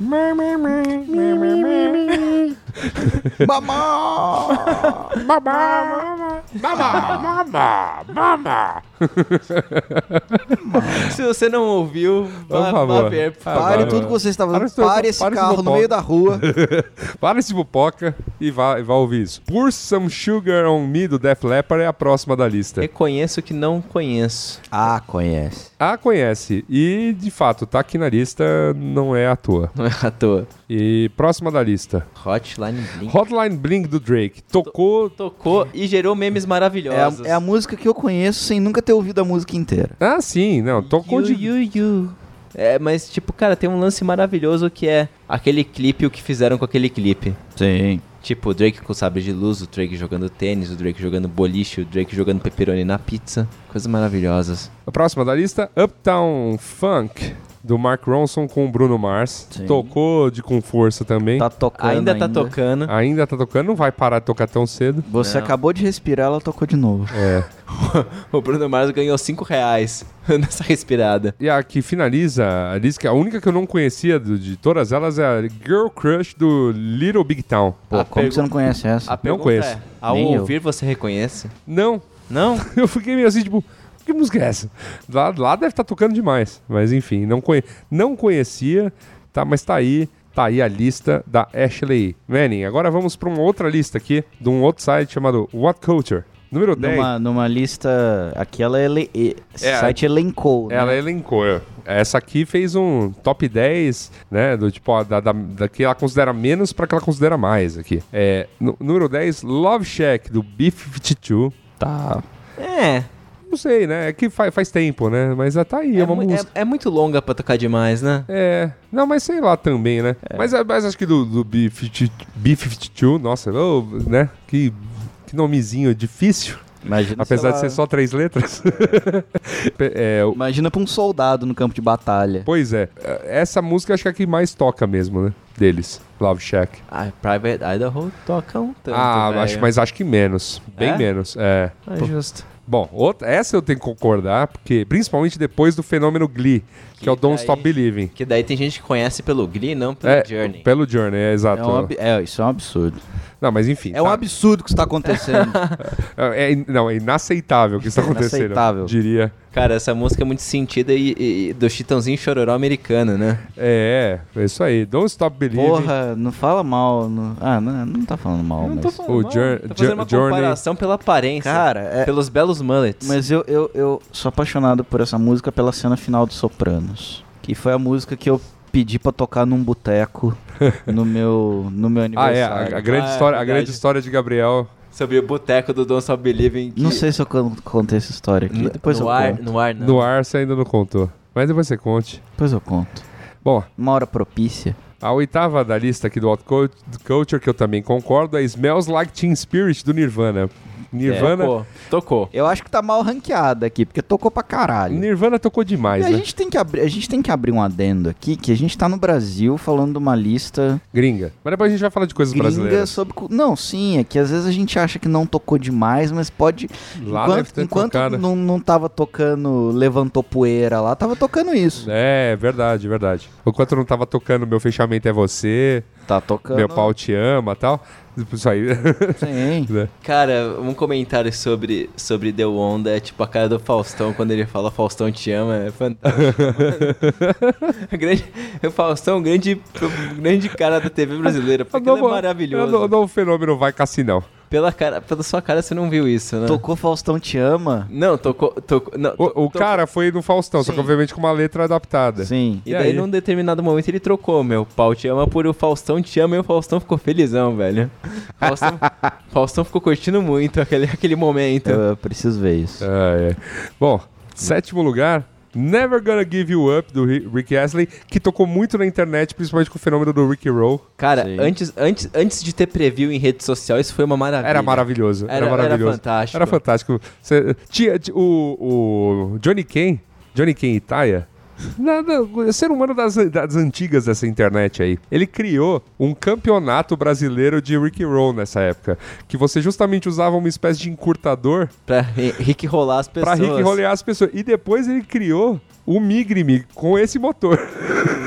D: Se você não ouviu, vá,
B: favor.
D: vá ver.
B: Ah,
C: Pare
B: vai,
C: tudo
B: vai.
C: que vocês estavam
B: Para
C: fazendo.
B: esse-
C: Pare esse
B: para esse
C: carro no
B: boboca.
C: meio da rua.
B: Para esse bupoca e vá, e vá ouvir isso. Pour Some Sugar On Me, do Def Leppard, é a próxima da lista.
D: Reconheço que não conheço.
C: Ah, conhece.
B: Ah, conhece. E, de fato, tá aqui na lista, não é à toa.
D: Não é à toa.
B: E próxima da lista.
D: Hotline Bling.
B: Hotline Bling, do Drake. Tocou...
D: Tocou e gerou memes
C: É a,
D: maravilhosos.
C: é a música que eu conheço sem nunca ter ouvido a música inteira.
B: Ah, sim, não. Tocou
D: You,
B: de...
D: you, you. É, mas tipo, cara, tem um lance maravilhoso que é aquele clipe, o que fizeram com aquele clipe.
C: Sim.
D: Tipo, o Drake com sabre de luz, o Drake jogando tênis, o Drake jogando boliche, o Drake jogando pepperoni na pizza. Coisas maravilhosas.
B: A próxima da lista, Uptown Funk, do Mark Ronson com o Bruno Mars.
C: Sim.
B: Tocou de com força também.
C: Tá tocando.
D: ainda tá tocando.
B: Ainda tá tocando, não vai parar de tocar tão cedo.
C: Você acabou de respirar, ela tocou de novo.
B: É.
D: O Bruno Mars ganhou 5 reais nessa respirada.
B: E a que finaliza a lista, que é a única que eu não conhecia do- de todas elas é a Girl Crush do Little Big Town.
C: Pô,
D: A
C: como
D: pergu-
C: que você não conhece essa?
D: A pergunta
B: conheço.
D: é, ao
C: Nem eu.
D: ouvir, você reconhece?
B: Não,
D: Não?
B: eu fiquei meio assim, tipo, que música é essa? Lá, lá deve estar tocando demais. Mas enfim, não, conhe- não conhecia, tá, mas tá aí. Tá aí a lista da Ashley Manning. Agora vamos para uma outra lista aqui, de um outro site chamado What Culture. Número 10.
C: Numa, numa lista. Aqui ela ele, e- esse
B: É,
C: site elencou. né?
B: Ela é- elencou. Essa aqui fez um top 10, né? Do tipo, ó, da, da, da que ela considera menos pra que ela considera mais aqui. É, nu- número 10, Love Shack, do B-52.
C: Tá.
D: É.
B: Não sei, né? É que faz, faz tempo, né? Mas ah, tá aí, é, uma
D: mu-
B: música.
D: é muito longa pra tocar demais, né?
B: É. Não, mas sei lá também, né? Mas, é- mas acho que do, do B-50 B-52, nossa, ô, né? Que, que nomezinho difícil.
C: Imagina se
B: apesar
C: ela-
B: de ser só três letras. Pe- é, o-
C: Imagina pra um soldado no campo de batalha.
B: Pois é, essa música acho que é a que mais toca mesmo, né? Deles, Love Shack.
D: A Private Idaho toca um tanto,
B: ah,
D: velho.
B: acho, mas acho que menos. Bem
D: É?
B: menos, é.
D: Ah, justo.
B: Bom, outra, essa eu tenho que concordar, porque principalmente depois do fenômeno Glee, que, é o Don't
D: daí-
B: Stop Believing.
D: Que daí tem gente que conhece pelo Glee, não tá pelo
B: É,
D: Journey.
B: pelo Journey, é exato.
C: É, um ab- é, isso é um absurdo.
B: Não, mas enfim.
C: É um
B: tá-
C: absurdo o que está acontecendo.
B: É, é in- não, é inaceitável o que está acontecendo.
C: Inaceitável.
B: Diria
D: Cara, essa música é muito sentida e, e- e do Chitãozinho Chororó americano, né?
B: É, é isso aí. Don't Stop Believing.
C: Porra, não fala mal. não- Ah, não, não tá falando mal,
F: Eu não
C: mas.
F: tô falando
B: o
F: mal.
B: Jour-
D: Tá
B: Jour-
D: fazendo uma
B: Journey.
D: comparação pela aparência.
C: Cara, é-
D: Pelos belos mullets.
C: Mas eu, eu, eu sou apaixonado por essa música pela cena final de Sopranos. Que foi a música que eu pedi pra tocar num boteco no meu, no meu
B: Ah, é.
C: aniversário.
B: A, a grande
D: Ah, é
B: história, a
D: verdade.
B: grande história de Gabriel.
D: Sobre o boteco do Don't Stop Believing. que-
C: Não sei se eu con- contei essa história aqui.
D: N-
C: Depois
D: no
C: eu
D: ar,
C: conto.
D: No ar, não.
B: No ar você ainda não contou. Mas depois você conte.
C: Depois eu conto.
B: Bom,
C: Uma hora propícia.
B: a oitava da lista aqui do Out Cult- Culture, que eu também concordo, é Smells Like Teen Spirit do Nirvana.
D: É,
B: Nirvana,
D: Tocou. tocou.
C: Eu acho que tá mal ranqueada aqui, porque tocou pra caralho.
B: Nirvana tocou
C: E
B: demais,
C: a
B: né?
C: gente, tem que abrir, a gente tem que abrir um adendo aqui, que a gente tá no Brasil falando de uma lista
B: Gringa. Mas depois a gente vai falar de coisas
C: gringa
B: brasileiras.
C: sobre... cu- Não, sim, é que às vezes a gente acha que não tocou demais, mas pode...
B: Lá deve
C: enquanto
B: ter
C: enquanto
B: tocado.
C: não, não tava tocando Levantou Poeira lá, tava tocando isso.
B: É, verdade, verdade. Enquanto eu não tava tocando Meu Fechamento é Você,
C: Tá tocando...
B: Meu Pau Te Ama tal. Isso aí.
C: Sim.
D: Cara, um comentário sobre, sobre The Onda é tipo a cara do Faustão quando ele fala Faustão te ama, é fantástico. mano. grande, o Faustão é um grande, um grande cara da TV brasileira, porque ele é maravilhoso.
B: Não, não, o fenômeno vai cassinão.
D: Pela, cara, pela sua cara você não viu isso, né?
C: Tocou Faustão Te Ama?
D: Não, tocou. tocou não,
B: O, o
D: to-
B: cara foi no Faustão, só que
C: Sim.
B: obviamente com uma letra adaptada.
C: Sim.
D: E
B: E
D: daí,
B: aí?
D: num determinado momento, ele trocou, meu pau te ama por o Faustão te ama e o Faustão ficou felizão, velho. Faustão, Faustão ficou curtindo muito aquele, aquele momento.
C: Eu, eu preciso ver isso.
B: Ah, é. Bom, sétimo lugar, Never Gonna Give You Up, do Ri- Rick Astley, que tocou muito na internet, principalmente com o fenômeno do Ricky Roll.
D: Cara,
C: Sim.
D: antes, antes, antes de ter preview em rede social, isso foi uma maravilha.
B: Era maravilhoso. Era,
D: Era- era
B: maravilhoso.
D: fantástico.
B: Era fantástico. Cê- tinha, ti- o, o Johnny Ken, Johnny Ken Itaia, nada, ser humano das, das antigas dessa internet aí. Ele criou um campeonato brasileiro de Ricky Roll nessa época. Que você justamente usava uma espécie de encurtador
D: Pra ri- Rick rolar as
B: pra
D: pessoas.
B: Rick rolear as pessoas. E depois ele criou o Migrime com esse motor.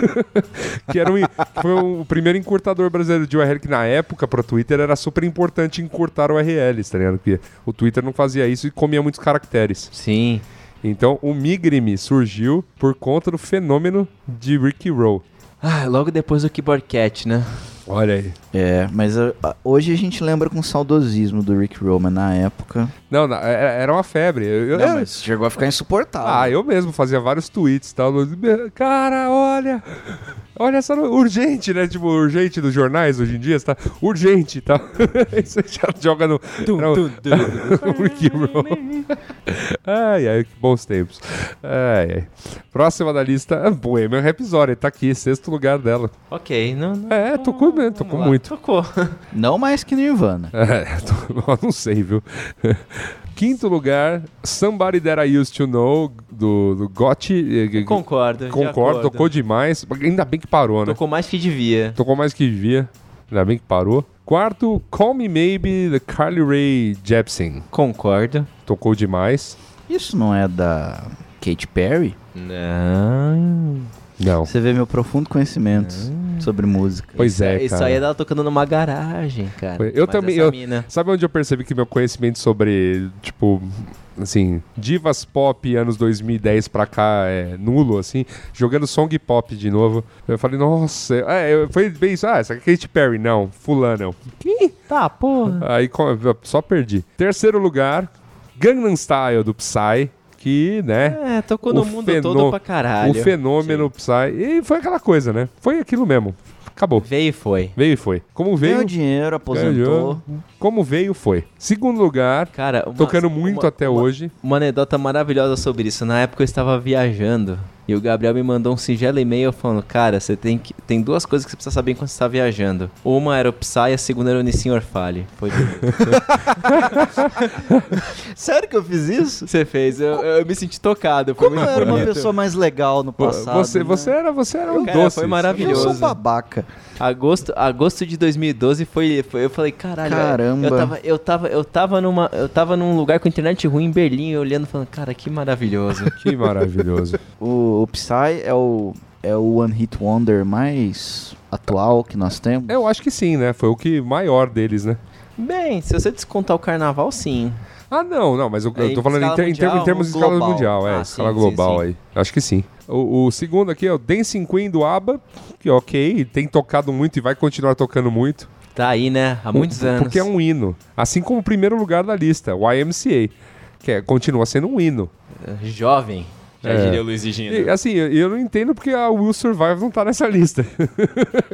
B: que era um, foi o primeiro encurtador brasileiro de URL, que na época pro Twitter era super importante encurtar URLs, tá ligado? Porque o Twitter não fazia isso e comia muitos caracteres.
D: Sim.
B: Então o Migrime surgiu por conta do fenômeno de Ricky Roll.
D: Ah, logo depois do Keyboard Cat, né?
B: Olha aí.
C: É, mas ah, ah, hoje a gente lembra com saudosismo do Rick Roman na época.
B: Não, não, era era uma febre. Eu, eu-
C: Não, mas chegou a ficar insuportável.
B: Ah, eu mesmo fazia vários tweets e tal. Cara, olha. Olha essa. no- Urgente, né? Tipo, urgente dos jornais hoje em dia, tá? Urgente e tal. Aí você já joga no. era um- no Wiki Roll. Ai, ai, que bons tempos. Ai, ai. Próxima da lista, ah, Bohemian Rhapsody. Tá aqui, sexto lugar dela.
D: Ok, não. não
B: É, tocou mesmo,
D: vamos
B: tocou
D: lá.
B: muito.
D: Tocou.
C: Não mais que Nirvana.
B: É, tô- não sei, viu? Quinto lugar, Somebody That I Used to Know, do, do Gotti. eh,
D: Concordo. de
B: Concordo,
D: acordo.
B: tocou demais. Ainda bem que parou, né? Tocou,
D: Tocou mais que devia.
B: mais que devia. Ainda bem que parou. Quarto, Call Me Maybe, da Carly Rae Jepsen.
D: Concordo.
B: Tocou demais.
C: Isso não é da Katy Perry?
D: Não.
B: Não.
C: Você vê meu profundo conhecimento
B: Hum.
C: sobre música.
B: Pois é, cara.
D: Isso aí é dela tocando numa garagem, cara.
B: Eu
D: Mas
B: também-
D: essa
B: eu-
D: mina-
B: Sabe onde eu percebi que meu conhecimento sobre, tipo, assim, divas pop anos 2010 pra cá é nulo, assim, jogando song pop de novo. Eu falei, nossa, é, eu- foi bem isso. Ah, essa aqui é Katy Perry, não, fulano.
D: Tá, porra.
B: Aí co- só perdi. Terceiro lugar, Gangnam Style do Psy, que, né,
D: É, tocou
B: O
D: no mundo
B: fenô-
D: todo pra caralho.
B: o fenômeno Psy. E foi aquela coisa, né? Foi aquilo mesmo. Acabou.
D: Veio e foi.
B: Veio e foi. Como
C: Ganhou
B: veio,
C: dinheiro, aposentou.
B: ganhou. Como veio, foi. Segundo lugar,
D: Cara, uma-
B: tocando muito
D: uma-
B: até
D: uma-
B: hoje.
D: Uma anedota maravilhosa sobre isso. Na época eu estava viajando e o Gabriel me mandou um singelo e-mail falando: Cara, você tem que. Tem duas coisas que você precisa saber enquanto você está viajando. Uma era o Psy, a segunda era o Nissin Orfale. Foi tudo.
C: Sério que eu fiz isso?
D: Você fez, eu, eu me senti tocado. Foi
C: Como eu
D: muito
C: era uma
D: bonito.
C: pessoa mais legal no
B: Vo-
C: passado.
B: você,
C: né?
B: você era, você era um
D: Cara,
B: doce.
D: foi
C: Eu
D: maravilhoso.
C: sou um babaca.
D: Agosto, agosto de 2012 foi, foi- Eu falei, caralho.
C: Caramba.
D: Eu tava, eu tava, eu tava numa. Eu tava num lugar com internet ruim em Berlim, eu olhando e falando, cara, que maravilhoso.
B: Que maravilhoso.
C: O, o Psy é o, é o One Hit Wonder mais atual que nós temos.
B: É Eu acho que sim, né? Foi o que maior deles, né?
D: Bem, se você descontar o carnaval, sim.
B: Ah, não, não, mas eu,
D: É,
B: eu tô
D: em
B: falando em,
D: escala
B: ter- em termos- em
D: mundial,
B: termos de escala
D: global.
B: mundial, é,
D: Ah,
B: escala
D: sim, sim,
B: global
D: sim.
B: aí. Acho que sim. O, o segundo aqui é o Dancing Queen do ABBA, que ok, tem tocado muito e vai continuar tocando muito.
D: Tá aí, né? Há muitos
B: Um-
D: anos.
B: Porque é um hino. Assim como o primeiro lugar da lista, o YMCA, que é- continua sendo um hino.
D: É, Jovem.
C: Já diria o Luiz e Gino.
B: É. E, assim, eu, eu não entendo porque a Will Survive não tá nessa lista.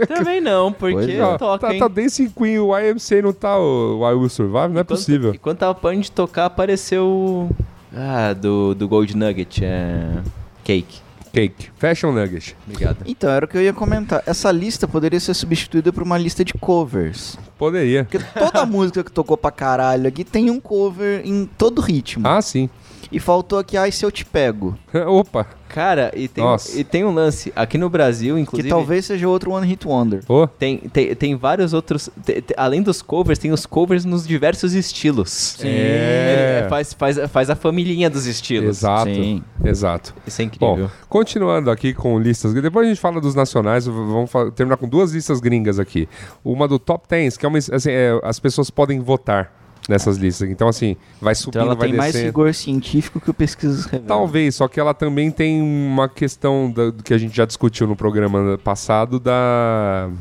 D: Também não,
E: Pois
D: porque
E: é.
D: toca,
B: tá,
D: um hein?
B: tá Dancing Queen, o YMCA não tá, o, o I Will Survive, não é
D: Enquanto-
B: possível.
D: Enquanto tava parando de tocar, apareceu. o- Ah, do, do Gold Nugget. É. Cake.
B: Cake, Fashion Nugget.
D: Obrigado.
E: Então, era o que eu ia comentar. Essa lista poderia ser substituída por uma lista de covers.
B: Poderia.
E: Porque toda música que tocou pra caralho aqui tem um cover em todo ritmo.
B: Ah, sim.
E: E faltou aqui, ai, se eu te pego.
B: Opa,
D: Cara, e tem,
B: Nossa.
D: e tem um lance. Aqui no Brasil, inclusive.
E: Que talvez seja outro One Hit Wonder.
B: ô.
D: Tem, tem, tem vários outros. te- te- além dos covers, tem os covers nos diversos estilos. Sim.
B: É.
D: faz, faz, faz a familhinha dos estilos.
B: Exato,
E: Sim.
B: exato.
D: Isso é
B: Bom,
D: incrível.
B: continuando aqui com listas, depois a gente fala dos nacionais, v- vamos fa- terminar com duas listas gringas aqui. Uma do Top 10, que é uma, es- assim, é, as pessoas podem votar nessas listas. Então, assim, vai
E: Então
B: subindo,
E: ela
B: vai
E: tem mais
B: descendo.
E: rigor científico que o pesquisas revelam.
B: É, Talvez, só que ela também tem uma questão da- do que a gente já discutiu no programa passado da.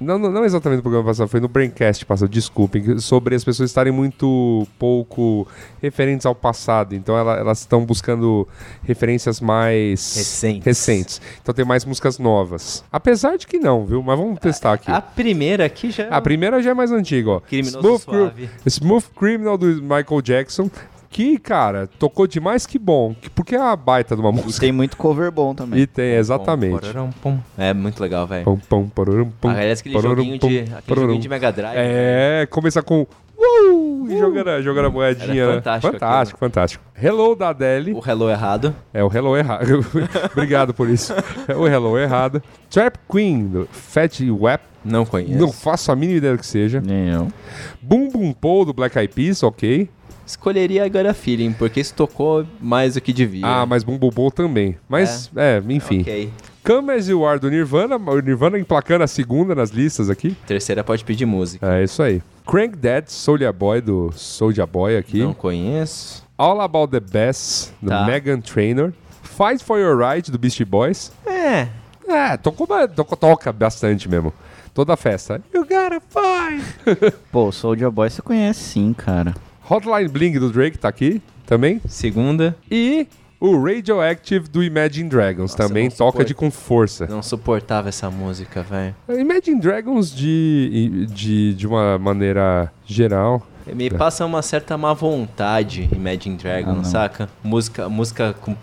B: Não, não, não exatamente no programa passado, foi no Braincast passado, desculpem, sobre as pessoas estarem muito pouco referentes ao passado. Então ela- elas estão buscando referências mais
D: Recentes.
B: recentes. Então tem mais músicas novas. Apesar de que não, viu? Mas vamos testar aqui.
D: a primeira aqui já. é
B: A primeira já é mais antiga, ó.
D: Criminoso
B: Cri-
D: Suave.
B: Smooth Criminal do Michael Jackson. Que, cara, tocou demais, que bom. que- Porque é a baita de uma
E: E
B: música.
E: tem muito cover bom também.
B: E tem, exatamente.
D: Pom, pom, pom. É muito legal, velho.
B: Pum, pum, porurum, pum,
D: Aliás, aquele
B: porurum,
D: joguinho
B: pum,
D: de. Aquele
B: porurum.
D: joguinho de né? Mega Drive.
B: É, começar com. Uh, e jogando, a- jogando a moedinha. né?
D: fantástico
B: fantástico, fantástico. Hello da Adele.
D: O hello errado.
B: É o Hello errado. Obrigado por isso. É o Hello errado. Trap Queen, do Fat Wap.
D: Não conheço.
B: Não faço a mínima ideia do que seja.
E: Nem eu.
B: Boom Boom Pow do Black Eyed Peas, ok.
D: Escolheria agora Feeling, porque isso tocou mais do que devia.
B: Ah, mas Bum Bum Bum também. Mas, é, enfim.
D: é. Ok.
B: Come As You Are do Nirvana. O Nirvana emplacando a segunda nas listas aqui.
D: Terceira pode pedir música.
B: É isso aí. Crank Dead, Soulja Boy do Soulja Boy aqui.
D: Não conheço.
B: All About The Best do
D: Tá.
B: Megan Trainor. Fight For Your Right do Beastie Boys.
D: É.
B: É, tocou, ba- tocou- toca bastante mesmo. Toda festa. You gotta fight.
E: Pô, Soulja Boy você conhece sim, cara.
B: Hotline Bling do Drake tá aqui também.
D: Segunda.
B: E o Radioactive do Imagine Dragons
D: Nossa,
B: também
D: não
B: toca
D: suporto.
B: de com força.
D: Não suportava essa música, velho.
B: Imagine Dragons de, de, de uma maneira geral.
D: Me passa uma certa má vontade Imagine
E: Ah,
D: Dragon,
E: não.
D: saca? Música, música com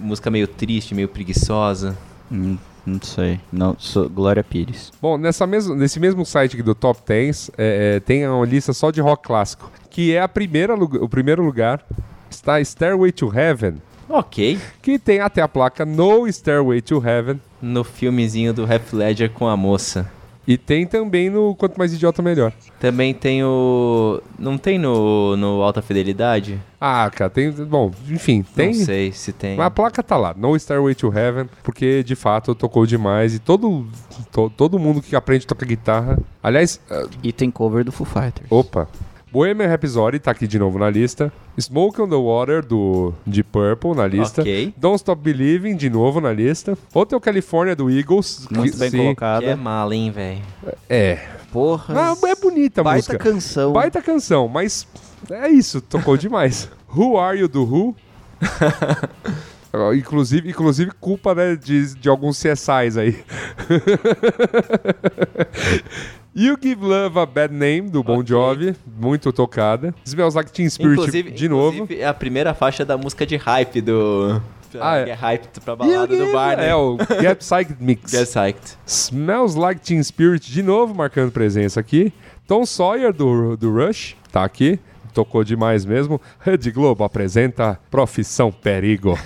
D: música meio triste, meio preguiçosa.
E: Hum, não sei. Não, sou Glória Pires.
B: Bom, nessa mesmo, nesse mesmo site aqui do Top 10, é, é, tem uma lista só de rock clássico, que é a primeira, lu- o primeiro lugar. Está Stairway to Heaven,
D: OK.
B: que tem até a placa No Stairway to Heaven.
D: No filmezinho do Half Ledger com a moça.
B: E tem também no Quanto Mais Idiota Melhor.
D: Também tem o não tem no no Alta Fidelidade?
B: Ah, cara, tem. Bom, enfim, tem.
D: Não sei se tem.
B: Mas a placa tá lá, No Stairway to Heaven, porque de fato tocou demais e todo, to- todo mundo que aprende a tocar guitarra. Aliás,
E: E tem cover do Foo Fighters.
B: Opa. Bohemian Rhapsody tá aqui de novo na lista. Smoke on the Water do de Purple na lista.
D: Ok.
B: Don't Stop Believing de novo na lista. Hotel California do Eagles.
E: Muito
B: que-
E: bem
B: sim.
E: colocado.
D: Que é mala, hein, velho?
B: É.
E: Porra.
B: Ah, é bonita a
E: baita
B: música.
E: canção.
B: Baita canção, mas é isso, tocou demais. Who Are You do Who? Ah, inclusive, inclusive culpa né, de, de alguns CSIs aí. You Give Love a Bad Name, do Bon
D: Ok.
B: Jovi, muito tocada. Smells Like Teen Spirit, de novo.
D: inclusive, é a primeira faixa da música de hype do.
B: Ah, é.
D: Que é hype pra
B: You
D: balada
B: Give-
D: do bar, né?
B: É, o Get Psyched Mix.
D: Get Psyched.
B: Smells Like Teen Spirit, de novo marcando presença aqui. Tom Sawyer, do, do Rush, tá aqui. Tocou demais mesmo. Rede Globo apresenta Profissão Perigo.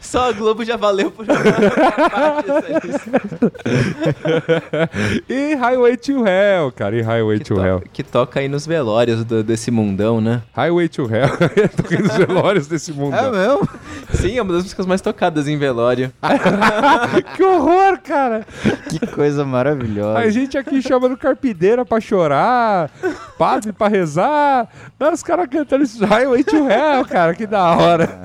D: Só a Globo já valeu por uma parte dessa-
B: E Highway to Hell, cara. E Highway
D: que,
B: to Hell.
D: to que toca aí nos velórios do- desse mundão, né?
B: Highway to Hell. Tô rindo dos velórios desse mundo.
D: É, mesmo? Sim, é uma das músicas mais tocadas em velório.
B: Ah, que horror, cara.
E: Que coisa maravilhosa.
B: A gente aqui chamando carpideira pra chorar, padre pra rezar. Não, os caras cantando esse Highway to Hell, cara. Que da hora.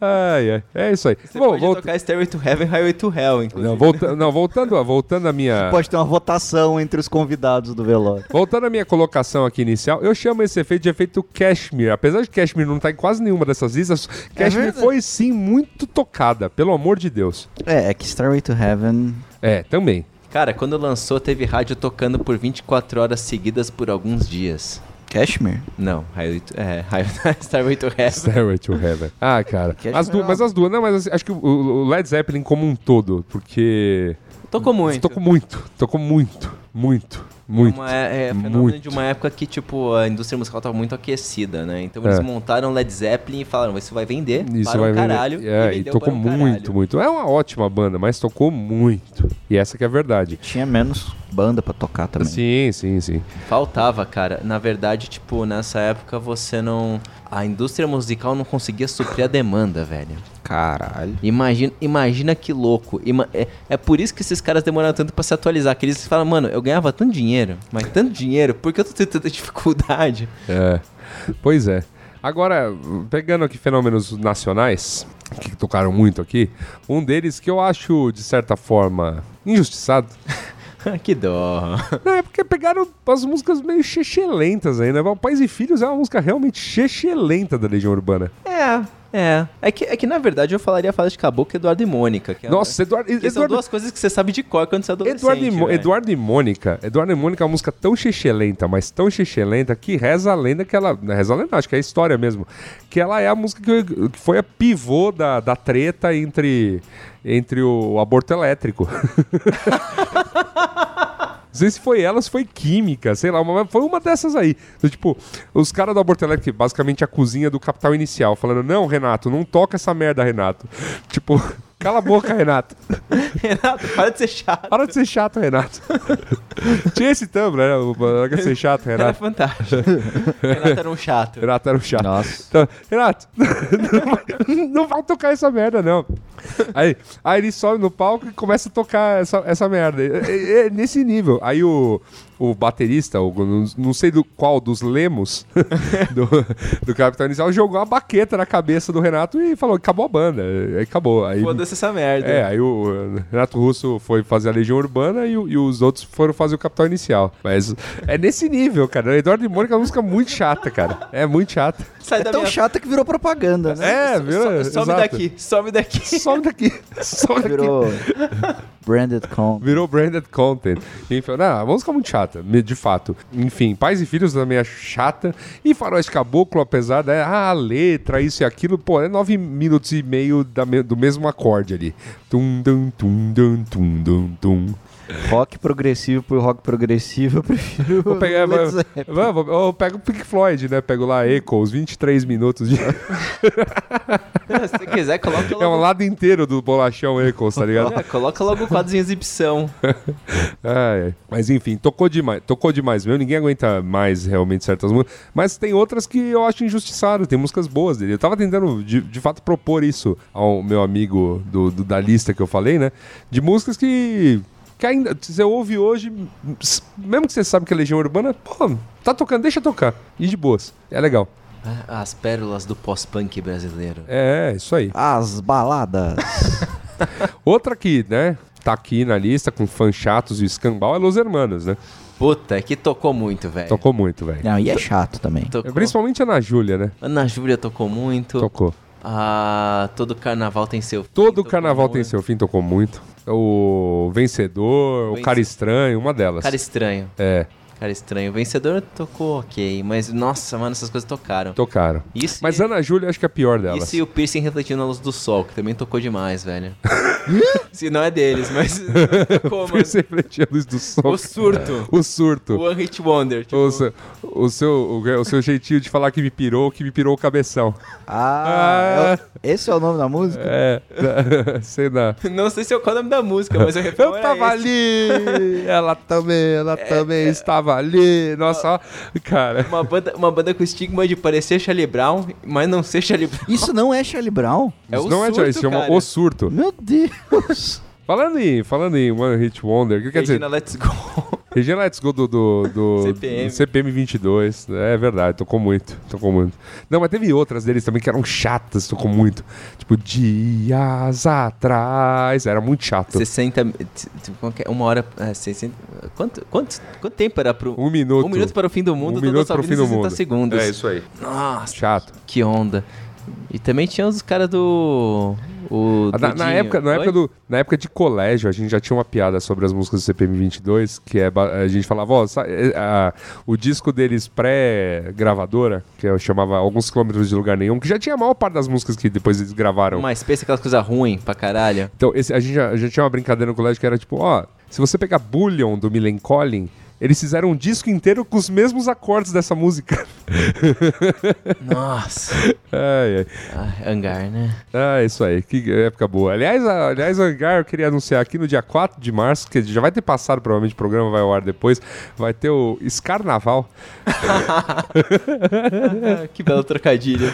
B: Ai, ai. É isso aí.
D: Você
B: Bom,
D: pode
B: volta-
D: tocar Stairway to Heaven, Highway to Hell, inclusive.
B: Não, volta- não, voltando, a- voltando a minha...
C: Pode ter uma votação entre os convidados do velório.
B: Voltando à minha colocação aqui inicial, eu chamo esse efeito de efeito Cashmere. Apesar de Cashmere não estar em quase nenhuma dessas listas,
D: É
B: Cashmere
C: verdade.
B: foi sim muito tocada, pelo amor de Deus.
E: É, é que Stairway to Heaven
B: É, também.
D: Cara, quando lançou, teve rádio tocando por 24 horas seguidas por alguns dias.
E: Cashmere?
D: Não, Highway to, é, Highway- Stairway to Heaven.
B: Stairway to Heaven. Ah, cara.
E: Cashmere
B: As du-
E: é uma-
B: mas as duas, não, mas assim, acho que o- o Led Zeppelin como um todo, porque.
D: Tocou muito.
B: Tocou muito, tocou muito, muito, muito.
D: Uma, é, é fenômeno
B: Muito.
D: de uma época que, tipo, a indústria musical tava muito aquecida, né? Então eles
B: É.
D: montaram Led Zeppelin e falaram, isso vai vender
B: Isso
D: para
B: vai
D: o
B: vender.
D: caralho.
B: É, e,
D: vendeu
B: tocou
D: para o
B: muito,
D: caralho.
B: muito. É uma ótima banda, mas tocou muito. E essa que é a verdade.
E: Tinha menos banda pra tocar também.
B: Sim, sim, sim.
D: Faltava, cara. Na verdade, tipo, nessa época você não... A indústria musical não conseguia suprir a demanda, velho.
E: Caralho.
D: Imagina, imagina que louco. Ima- é, é por isso que esses caras demoraram tanto pra se atualizar. Que eles falam, mano, eu ganhava tanto dinheiro, mas tanto dinheiro, por que eu tô tendo tanta dificuldade?
B: É. Pois é. Agora, pegando aqui fenômenos nacionais, que tocaram muito aqui, um deles que eu acho, de certa forma, injustiçado,
D: que dó.
B: não, é porque pegaram as músicas meio chechelentas ainda. né? Pais e Filhos é uma música realmente chechelenta da Legião Urbana.
D: É, é. É que, é que na verdade eu falaria a fala de Caboclo, Eduardo e Mônica. Que é-
B: Nossa, Eduardo,
D: que são
B: Eduardo,
D: duas coisas que você sabe de cor quando você é adolescente.
B: Eduardo, e, Mo-
D: velho.
B: Eduardo e Mônica. Eduardo e Mônica é uma música tão chechelenta, mas tão chechelenta, que reza a lenda que ela. Não é reza a lenda, não, acho que é a história mesmo. Que ela é a música que, que foi a pivô da, da treta entre, entre o aborto elétrico. Não sei se foi ela, se foi química, sei lá, mas foi uma dessas aí. Então, tipo, os caras do Aborto Elétrico, que basicamente é a cozinha do Capital Inicial, falando, não, Renato, não toca essa merda, Renato. Tipo, cala a boca, Renato.
D: Renato, para de ser chato.
B: Para de ser chato, Renato. Tinha esse Tumblr, né? O Para de ser chato,
D: Era
B: Renato.
D: fantástico. Renato era um chato.
B: Renato era o chato.
E: Nossa.
B: Então, Renato, não, vai tocar essa merda, não. Aí, aí ele sobe no palco e começa a tocar essa, essa merda. É, é nesse nível. Aí o, o baterista, o, não- não sei do qual dos Lemos, do, do Capitão Inicial, jogou uma baqueta na cabeça do Renato e falou: acabou a banda. Aí acabou. Aí,
D: Foda-se essa merda.
B: é, aí o Renato Russo foi fazer a Legião Urbana e, o- e os outros foram fazer o Capital Inicial. Mas é nesse nível, cara. Eduardo e Mônica é uma música muito chata, cara. É muito chata.
D: Sai
E: É
D: da
E: tão
D: minha...
E: chata que virou propaganda, né?
B: É, viu?
D: So- Some
B: Exato.
D: daqui, some daqui.
B: Some daqui. Some daqui. Virou,
E: Virou branded com.
B: branded content. Enfim, não, a música é muito chata, me- de fato. Enfim, Pais e Filhos também acho chata. E Faróis Caboclo, apesar da ah, a letra, isso e aquilo, pô, é nove minutos e meio da me- do mesmo acorde ali. Tum, dum, tum, dum, tum, dum, tum.
E: Rock progressivo por rock progressivo, eu prefiro.
B: Vou pegar,
E: Led
B: vou-
C: é,
E: Zeppelin.
B: vou- vou- eu pego o Pink Floyd, né? Pego lá Echoes, 23 minutos. De...
D: Se você quiser, coloca
B: É um
D: logo,
B: lado inteiro do bolachão Echoes, tá ligado?
D: é, coloca logo o quadro em exibição.
B: Ai, ai. É, Mas enfim, tocou demais, tocou demais mesmo. Ninguém aguenta mais realmente certas músicas. Mas tem outras que eu acho injustiçado, tem músicas boas dele. Eu tava tentando, de, de fato, propor isso ao meu amigo do, do- da lista que eu falei, né? De músicas que. Que ainda, você ouve hoje, s- mesmo que você sabe que é Legião Urbana, pô, tá tocando, deixa tocar. E de boas. É legal.
D: Ah, As pérolas do pós-punk brasileiro.
B: É, é, isso aí.
C: As baladas.
B: Outra que, né, tá aqui na lista com fãs chatos e escambau é Los Hermanos, né?
D: Puta, é que tocou muito, velho.
B: Tocou muito, velho.
E: Não, e é chato também.
D: É. Tocou.
B: Principalmente a Ana Júlia, né?
D: Ana Júlia tocou muito.
B: Tocou.
D: Ah, todo carnaval tem seu fim,
B: Todo
D: tocou
B: carnaval tem
D: muito.
B: seu fim, tocou muito. O Vencedor, o
D: Vence-
B: Cara Estranho, uma delas.
D: Cara estranho.
B: É,
D: Cara estranho. Vencedor tocou ok, mas nossa, mano, essas coisas tocaram.
B: tocaram.
D: Isso
B: Mas
D: e...
B: Ana Júlia acho que é a pior delas.
D: Isso e o piercing refletindo na luz do sol, que também tocou demais, velho. Se não é deles, mas. Pô, mano,
B: Você refletia a luz do sol.
D: o surto.
B: O surto.
D: O One Hit Wonder. Tipo,
B: É. O, seu, o, seu, o seu jeitinho de falar que me pirou, que me pirou o cabeção.
C: Ah,
B: Ah.
C: é o- esse é o nome da música?
B: É, sei lá.
D: Não sei se é qual o nome da música, mas o refrão
B: Eu
D: Então era
B: Então tava
D: É, esse.
B: ali, ela também, ela também estava ali. Nossa, ó, cara.
D: Uma banda, uma banda com estigma de parecer Charlie Brown, mas não ser Charlie Brown.
C: Isso não é Charlie Brown?
D: É
B: isso
D: o
B: não é
D: surto,
B: isso chama
D: cara.
B: O Surto.
C: Meu Deus.
B: Falando em, falando em One Hit Wonder, o que quer dizer?
D: Regina, let's go.
B: Regina Let's Go do, do, do-
D: CPM.
B: do CPM 22. É verdade, tocou muito. Tocou muito. Não, mas teve outras deles também que eram chatas, tocou muito. Tipo, dias atrás. Era muito chato.
D: 60. t- t- como que é? Uma hora. é, 60. Quanto, quanto, quanto tempo era pro.
B: Um minuto.
D: Um minuto para o fim do mundo,
B: Um
D: toda
B: minuto
D: sua
B: pro
D: vida
B: fim do
D: em 60
B: mundo.
D: segundos.
B: É isso aí.
D: Nossa,
B: Chato.
D: que onda. E também tinha os caras do. O
B: Ah, Na, na
D: Dudinho.
B: época, na,
D: Oi?
B: época do, na época de colégio, a gente já tinha uma piada sobre as músicas do CPM 22, que é, ba- a gente falava, ó, sa- eh, a- o disco deles pré-gravadora, que eu chamava Alguns Quilômetros de Lugar Nenhum, que já tinha a maior parte das músicas que depois eles gravaram.
D: Uma espécie aquelas coisas ruins pra caralho.
B: Então, esse- a, gente, já- a gente tinha uma brincadeira no colégio que era tipo, ó, se você pegar Bullion do Millen Collin, eles fizeram um disco inteiro com os mesmos acordes dessa música.
D: Nossa.
B: ai, ai.
D: Ah, hangar, né?
B: Ah, isso aí, que época boa. Aliás, a- aliás, o Hangar, eu queria anunciar aqui no dia 4 de março, que já vai ter passado, provavelmente o programa vai ao ar depois, vai ter o Escarnaval,
D: Ah, que belo trocadilho.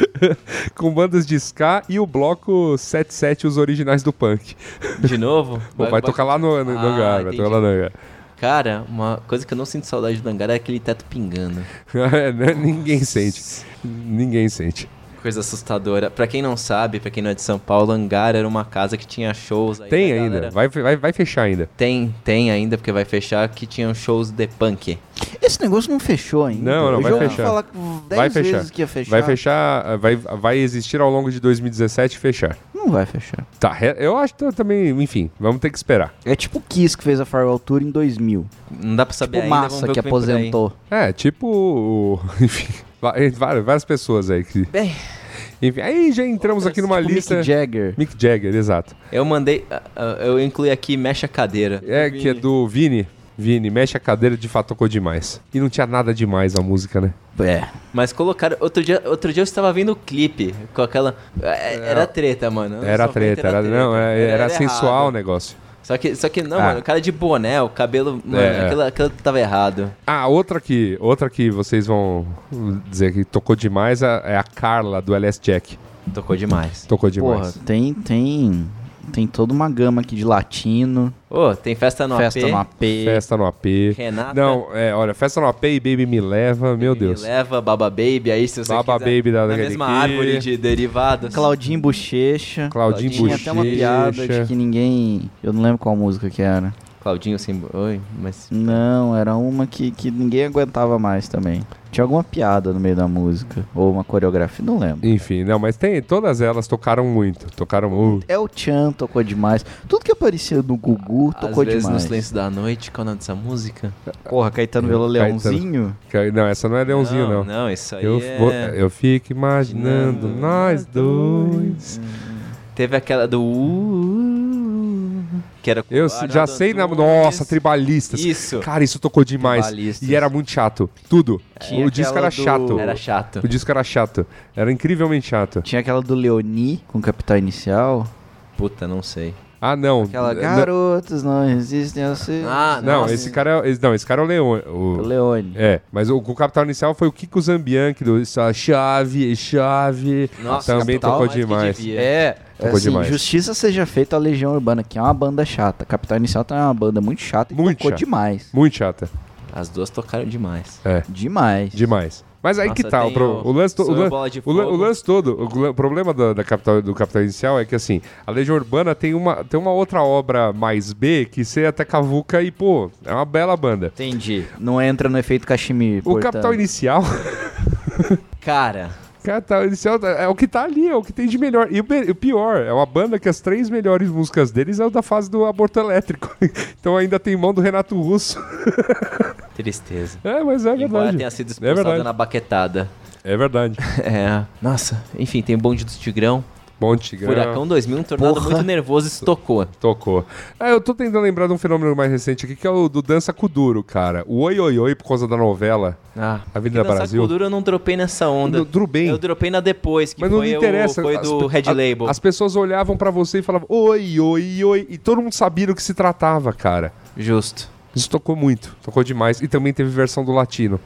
B: com bandas de ska e o bloco 77, os originais do punk.
D: De novo?
B: Pô, vai, tocar lá no, no, no
D: Ah,
B: Hangar, vai
D: entendi.
B: tocar lá no Hangar.
D: Cara, uma coisa que eu não sinto saudade do hangar é aquele teto pingando.
B: É, né? Ninguém sente, ninguém sente.
D: Coisa assustadora. Pra quem não sabe, pra quem não é de São Paulo, hangar era uma casa que tinha shows. Aí
B: Tem
D: a
B: ainda,
D: galera-
B: vai, vai, vai fechar ainda.
D: Tem, tem ainda, porque vai fechar, que tinham shows de punk.
C: Esse negócio não fechou ainda.
B: Não, não,
C: Eu
B: vai
C: já ouvi
B: fechar.
C: falar 10
B: fechar.
C: vezes que ia fechar.
B: Vai fechar, vai, vai existir ao longo de 2017 e fechar.
C: Não vai fechar.
B: Tá, re- eu acho que também, enfim, vamos ter que esperar.
C: É tipo o Kiss que fez a Farewell Tour em 2000.
D: Não dá pra saber
C: Tipo
D: ainda. vamos
C: Massa
D: ver o
C: que
D: vem por aí.
C: aposentou.
B: É, tipo. o- Enfim, va- eh, várias, várias pessoas aí que.
D: Bem.
B: Enfim, aí já entramos aqui numa
C: Tipo
B: lista.
C: Mick Jagger.
B: Mick Jagger, exato.
D: Eu mandei. ah, ah, Eu incluí aqui mexe a cadeira.
B: É,
D: Do
B: que é
D: Vini.
B: do Vini. Vini, mexe a cadeira, de fato tocou demais. E não tinha nada demais a música, né?
C: É.
D: Mas colocaram. Outro dia, outro dia eu estava vendo o clipe com aquela. é, Era treta, mano.
B: Era
D: Só foi
B: treta, era, não, é- era, sensual o
D: errado.
B: negócio.
D: Só que, só que não,
B: Ah.
D: mano, o cara de boné, o cabelo. Mano,
B: É, é.
D: aquilo, aquilo tava errado.
B: Ah, outra que, outra que vocês vão dizer que tocou demais a- é a Carla do LS Jack.
D: Tocou demais.
B: Tocou
C: Porra,
B: demais.
C: tem, tem, tem toda uma gama aqui de latino,
D: Ô, tem festa no
C: festa
D: AP.
C: no AP.
B: Festa no AP.
D: Renata.
B: Não, é, olha, festa no AP e Baby Me Leva, meu Deus.
D: Me leva, Baba Baby, aí se você
B: Baba
D: quiser,
B: Baby da
D: na
B: Daniela
D: mesma
B: Key.
D: árvore de derivados.
C: Claudinho Bochecha.
B: Claudinho
C: Tinha até uma piada de que ninguém. Eu não lembro qual música que era.
D: Claudinho sim. Oi, mas.
C: Não, era uma que, que ninguém aguentava mais também. Tinha alguma piada no meio da música. Ou uma coreografia, não lembro.
B: Enfim, não, mas tem, todas elas tocaram muito. Tocaram muito.
C: É o Chan tocou demais. Tudo que aparecia no Gugu tocou
D: Às vezes no
C: demais.
D: silêncio da noite, qual é o nome dessa música?
C: Porra, Caetano Velo Leãozinho.
B: Que- Não, essa não é Leãozinho, não.
D: não, isso aí
B: Eu,
D: é...
B: vou- eu fico imaginando nós dois.
D: Teve aquela do... "Uh, Que era com
B: Eu
D: o
B: se- já
D: Arnaldo
B: sei na.
D: Antunes.
B: Nossa, tribalistas.
D: Isso.
B: Cara, isso tocou demais.
C: Tribalistas.
B: E era muito chato. Tudo.
C: Tinha
B: o disco era
C: aquela do-
B: chato.
D: Era chato.
B: O disco era chato. Era incrivelmente chato.
C: Tinha aquela do Leoni com capital inicial.
D: Puta, não sei.
B: Ah, não.
C: Aquela
B: N-
C: garotos não assim." resistem ao seu.
D: Ah,
B: Não,
D: nossa.
B: esse cara é. esse- Não, esse cara é o Leão.
C: O
B: o-
C: Leone.
B: É, mas o, o capital inicial foi o Kiko Zambianchi do essa Chave, Chave.
D: Nossa,
B: também
D: Capital
B: tocou
D: mais que
B: demais.
D: devia. né?
C: É,
B: Tocou
C: assim,
B: demais.
C: justiça seja feita à Legião Urbana, que é uma banda chata. Capital Inicial também é uma banda muito chata e
B: Muito
C: tocou
B: chata.
C: demais.
B: Muito chata.
D: As duas tocaram demais.
C: Demais.
B: Demais. Mas aí
D: Nossa,
B: que tá, o,
D: tem
B: pro-
D: o-
B: o lance, to-
D: Sou
B: o, lan-
D: Bola de
B: o lan-
D: Fogo.
B: o lance todo, o gla- problema da, da capital, do Capital Inicial é que, assim, a Legião Urbana tem uma, tem uma outra obra mais B que você até cavuca e, pô, é uma bela banda.
C: Entendi. Não entra no efeito cachemir.
B: O Capital Inicial,
D: Cara,
B: Capital Inicial é o que tá ali, é o que tem de melhor. E o, be- o pior, é uma banda que as três melhores músicas deles é o da fase do aborto elétrico. Então ainda tem mão do Renato Russo.
D: tristeza.
B: É, mas é
D: Embora
B: verdade.
D: tenha sido
B: é
D: expulsada
B: verdade.
D: na baquetada.
B: É verdade.
D: É. Nossa, enfim, tem bonde do Tigrão.
B: Pontigão.
D: Furacão 2000, um tornado
C: Porra.
D: muito nervoso estocou.
B: Tocou. Ah, eu tô tentando lembrar de um fenômeno mais recente aqui, que é o do Dança com o Duro, cara. O Oi Oi Oi, por causa da novela
D: Ah,
B: Avenida Brasil.
D: Duro, eu não dropei nessa onda.
B: Eu dropei.
D: Eu dropei na depois, que
B: Mas não
D: foi,
B: me
D: o-
B: interessa.
D: foi
B: as
D: do
B: pe-
D: Red
B: a-
D: Label.
B: As pessoas olhavam pra você e falavam oi, oi, oi. E todo mundo sabia do que se tratava, cara.
D: Justo.
B: Isso tocou muito, tocou demais. E também teve versão do latino.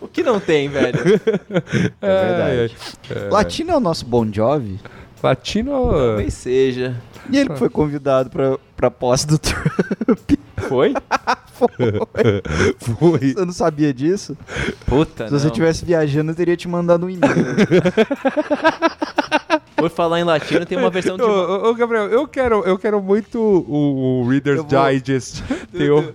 D: O que não tem, velho?
C: É verdade. Latino é o nosso Bon Jovi.
B: Latino.
D: Talvez seja.
C: E ele foi convidado pra, pra posse do Trump.
D: Foi?
B: Foi.
C: Você não sabia disso?
D: Puta,
C: Se você
D: não.
C: estivesse viajando, eu teria te mandado um e-mail.
D: Por falar em latino, tem uma versão Então, de...
B: Ô, ô, ô, Gabriel, eu quero, eu quero muito o, o Reader's
C: Eu vou-
B: Digest teu.